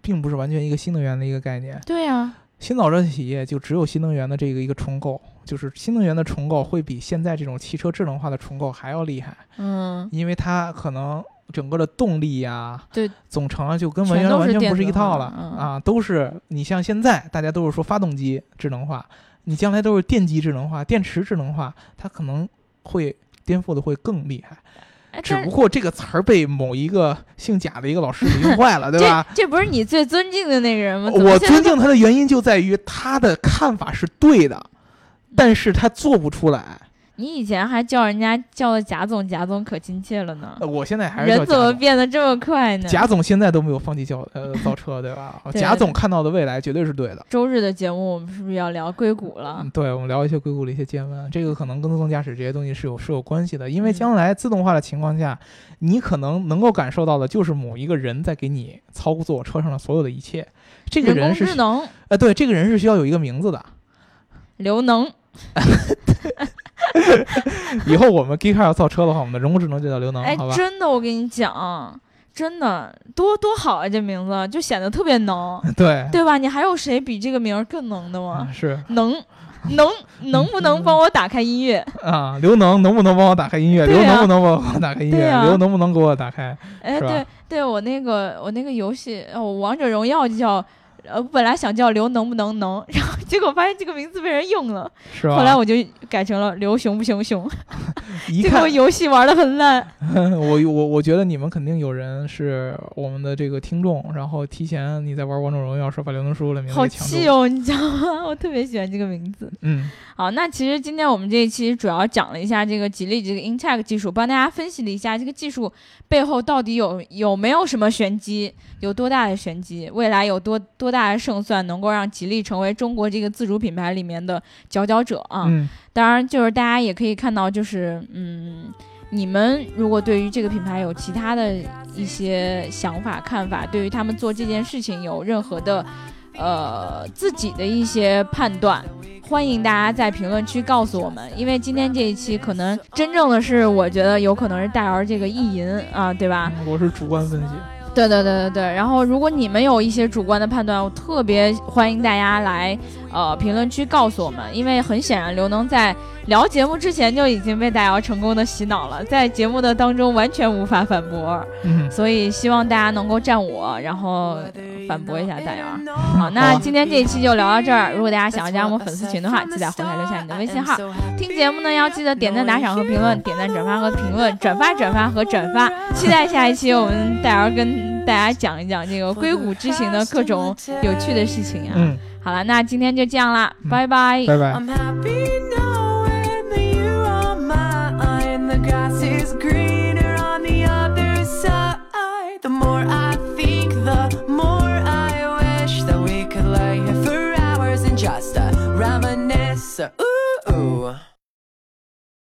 [SPEAKER 3] 并不是完全一个新能源的一个概念。
[SPEAKER 2] 对啊呀、
[SPEAKER 3] 新造车企业就只有新能源的这个一个重构，就是新能源的重构会比现在这种汽车智能化的重构还要厉害，
[SPEAKER 2] 嗯，
[SPEAKER 3] 因为它可能整个的动力呀、
[SPEAKER 2] 对，
[SPEAKER 3] 总成啊，就跟
[SPEAKER 2] 全
[SPEAKER 3] 完全
[SPEAKER 2] 都是
[SPEAKER 3] 完全
[SPEAKER 2] 电
[SPEAKER 3] 不
[SPEAKER 2] 子
[SPEAKER 3] 是一套
[SPEAKER 2] 化
[SPEAKER 3] 了
[SPEAKER 2] 嗯
[SPEAKER 3] 啊，都是你像现在大家都是说发动机智能化，你将来都是电机智能化、电池智能化，它可能会颠覆的会更厉害。
[SPEAKER 2] 哎，
[SPEAKER 3] 只
[SPEAKER 2] 但
[SPEAKER 3] 不
[SPEAKER 2] 是
[SPEAKER 3] 过这个词儿被某一个姓贾的一个老师给用坏 了，对
[SPEAKER 2] 这
[SPEAKER 3] 吧？
[SPEAKER 2] 这不是你最尊敬的那个人吗？怎么
[SPEAKER 3] 我
[SPEAKER 2] 现在
[SPEAKER 3] 尊敬他的原因就在于他的看法是对的，
[SPEAKER 2] 嗯
[SPEAKER 3] 但是他做不出来。
[SPEAKER 2] 你以前还叫人家叫的贾总，贾总可亲切了呢
[SPEAKER 3] 呃，我现在还是
[SPEAKER 2] 嗯人
[SPEAKER 3] 叫
[SPEAKER 2] 怎
[SPEAKER 3] 贾
[SPEAKER 2] 么
[SPEAKER 3] 总。
[SPEAKER 2] 变得这么快呢？
[SPEAKER 3] 贾总现在都没有放弃造 呃造车，对吧？
[SPEAKER 2] 对
[SPEAKER 3] 贾
[SPEAKER 2] 对
[SPEAKER 3] 总看到的未来绝对是对的。
[SPEAKER 2] 周日的节目我们是不是要聊硅谷了
[SPEAKER 3] 嗯，？对，我们聊一些硅谷的一些见闻，这个可能跟自动驾驶这些东西是有是有关系的，因为
[SPEAKER 2] 嗯
[SPEAKER 3] 将来自动化的情况下，你可能能够感受到的就是某一个人在给你操作车上的所有的一切。这个
[SPEAKER 2] 人
[SPEAKER 3] 人
[SPEAKER 2] 工
[SPEAKER 3] 是
[SPEAKER 2] 智能
[SPEAKER 3] 呃，对，这个人是需要有一个名字 的。
[SPEAKER 2] 刘能，
[SPEAKER 3] 以后我们 G Car 要造车的话，我们的人工智能就叫刘能，
[SPEAKER 2] 哎
[SPEAKER 3] 啊好，吧？
[SPEAKER 2] 真的，我跟你讲，真的多多好啊，这名字就显得特别能，
[SPEAKER 3] 对，
[SPEAKER 2] 对啊吧？你还有谁比这个名儿更能的吗
[SPEAKER 3] 嗯？是
[SPEAKER 2] 能，能，能不能帮我打开音乐？
[SPEAKER 3] 啊，刘能能不能帮我打开音乐？
[SPEAKER 2] 对
[SPEAKER 3] 刘
[SPEAKER 2] 呀
[SPEAKER 3] 能不能帮我打开音
[SPEAKER 2] 对啊
[SPEAKER 3] 乐？
[SPEAKER 2] 呀
[SPEAKER 3] 刘能不能给我打开？
[SPEAKER 2] 哎，
[SPEAKER 3] 是吧
[SPEAKER 2] 对，对我那个我那个游戏，哦，我王者荣耀就叫。呃，我本来想叫刘能不能能， 然后结果发现这个名字被人用了，
[SPEAKER 3] 是吧？
[SPEAKER 2] 后来我就改成了刘熊不熊熊。
[SPEAKER 3] 一
[SPEAKER 2] 这
[SPEAKER 3] 看
[SPEAKER 2] 个游戏玩的很烂，
[SPEAKER 3] 我我我觉得你们肯定有人是我们的这个听众，然后提前你在玩王者荣耀时候把刘能叔的名字
[SPEAKER 2] 好
[SPEAKER 3] 给抢
[SPEAKER 2] 气
[SPEAKER 3] 走。
[SPEAKER 2] 哦，你知道吗？ 我特别喜欢这个名字。
[SPEAKER 3] 嗯，
[SPEAKER 2] 好，那其实今天我们这一期主要讲了一下这个吉利这个 Intech 技术，帮大家分析了一下这个技术背后到底有有没有什么玄机，有多大的玄机，未来有多多大的胜算能够让吉利成为中国这个自主品牌里面的佼佼者啊？
[SPEAKER 3] 嗯，
[SPEAKER 2] 当然，就是大家也可以看到，就是嗯，你们如果对于这个品牌有其他的一些想法、看法，对于他们做这件事情有任何的呃自己的一些判断。欢迎大家在评论区告诉我们，因为今天这一期可能真正的是，我觉得有可能是带儿这个意淫啊，对吧？
[SPEAKER 3] 嗯我是主观分析。
[SPEAKER 2] 对对对对对。然后，如果你们有一些主观的判断，我特别欢迎大家来呃评论区告诉我们，因为很显然刘能在聊节目之前就已经被大姚成功的洗脑了，在节目的当中完全无法反驳，
[SPEAKER 3] 嗯，
[SPEAKER 2] 所以希望大家能够站我，然后哦反驳一下大姚。好，那
[SPEAKER 3] 好啊
[SPEAKER 2] 今天这一期就聊到这儿。如果大家想
[SPEAKER 1] 想
[SPEAKER 2] 要
[SPEAKER 1] 要
[SPEAKER 2] 加
[SPEAKER 1] 加
[SPEAKER 2] 我
[SPEAKER 1] 我
[SPEAKER 2] 们
[SPEAKER 1] 们
[SPEAKER 2] 粉
[SPEAKER 1] 粉
[SPEAKER 2] 丝
[SPEAKER 1] 丝
[SPEAKER 2] 群
[SPEAKER 1] 群
[SPEAKER 2] 的
[SPEAKER 1] 的话，，
[SPEAKER 2] 话记
[SPEAKER 1] 记
[SPEAKER 2] 得
[SPEAKER 1] 得回
[SPEAKER 2] 回来
[SPEAKER 1] 来留
[SPEAKER 2] 留下
[SPEAKER 1] 下
[SPEAKER 2] 你
[SPEAKER 1] 你
[SPEAKER 2] 的
[SPEAKER 1] 的
[SPEAKER 2] 微
[SPEAKER 1] 微
[SPEAKER 2] 信
[SPEAKER 1] 信
[SPEAKER 2] 号
[SPEAKER 1] 号。。听
[SPEAKER 2] 听节
[SPEAKER 1] 节
[SPEAKER 2] 目
[SPEAKER 1] 目
[SPEAKER 2] 呢，
[SPEAKER 1] 呢
[SPEAKER 2] 要
[SPEAKER 1] 要
[SPEAKER 2] 记
[SPEAKER 1] 记
[SPEAKER 2] 得
[SPEAKER 1] 得
[SPEAKER 2] 点
[SPEAKER 1] 点
[SPEAKER 2] 赞、
[SPEAKER 1] 赞、
[SPEAKER 2] 打
[SPEAKER 1] 打
[SPEAKER 2] 赏
[SPEAKER 1] 赏和
[SPEAKER 2] 和评
[SPEAKER 1] 评
[SPEAKER 2] 论
[SPEAKER 1] 论，，点
[SPEAKER 2] 点赞、
[SPEAKER 1] 赞、
[SPEAKER 2] 转
[SPEAKER 1] 转
[SPEAKER 2] 发
[SPEAKER 1] 发
[SPEAKER 2] 和
[SPEAKER 1] 和
[SPEAKER 2] 评
[SPEAKER 1] 评
[SPEAKER 2] 论
[SPEAKER 1] 论，，
[SPEAKER 2] 转
[SPEAKER 1] 转
[SPEAKER 2] 发、
[SPEAKER 1] 发、
[SPEAKER 2] 转
[SPEAKER 1] 转
[SPEAKER 2] 发
[SPEAKER 1] 发
[SPEAKER 2] 和
[SPEAKER 1] 和
[SPEAKER 2] 转
[SPEAKER 1] 转
[SPEAKER 2] 发
[SPEAKER 1] 发。。
[SPEAKER 2] 期
[SPEAKER 1] 期
[SPEAKER 2] 待
[SPEAKER 1] 待
[SPEAKER 2] 下
[SPEAKER 1] 下
[SPEAKER 2] 一
[SPEAKER 1] 一
[SPEAKER 2] 期
[SPEAKER 1] 期
[SPEAKER 2] 我
[SPEAKER 1] 我
[SPEAKER 2] 们
[SPEAKER 1] 们
[SPEAKER 2] 戴
[SPEAKER 1] 戴
[SPEAKER 2] 儿
[SPEAKER 1] 尔
[SPEAKER 2] 跟
[SPEAKER 1] 跟大
[SPEAKER 2] 大家
[SPEAKER 1] 家
[SPEAKER 2] 讲
[SPEAKER 1] 讲
[SPEAKER 2] 一
[SPEAKER 1] 一讲这
[SPEAKER 2] 讲这个
[SPEAKER 1] 个
[SPEAKER 2] 硅
[SPEAKER 1] 硅
[SPEAKER 2] 谷
[SPEAKER 1] 谷
[SPEAKER 2] 之
[SPEAKER 1] 之
[SPEAKER 2] 行
[SPEAKER 1] 行
[SPEAKER 2] 的
[SPEAKER 1] 的
[SPEAKER 2] 各
[SPEAKER 1] 各
[SPEAKER 2] 种
[SPEAKER 1] 种
[SPEAKER 2] 有
[SPEAKER 1] 有
[SPEAKER 2] 趣
[SPEAKER 1] 趣
[SPEAKER 2] 的
[SPEAKER 1] 的
[SPEAKER 2] 事
[SPEAKER 1] 事
[SPEAKER 2] 情
[SPEAKER 1] 情啊。
[SPEAKER 2] 啊。
[SPEAKER 3] 嗯，
[SPEAKER 2] 好了，那今天就这样啦，
[SPEAKER 3] 嗯
[SPEAKER 2] 拜拜。
[SPEAKER 3] 拜拜。
[SPEAKER 2] 啊
[SPEAKER 1] I'm happy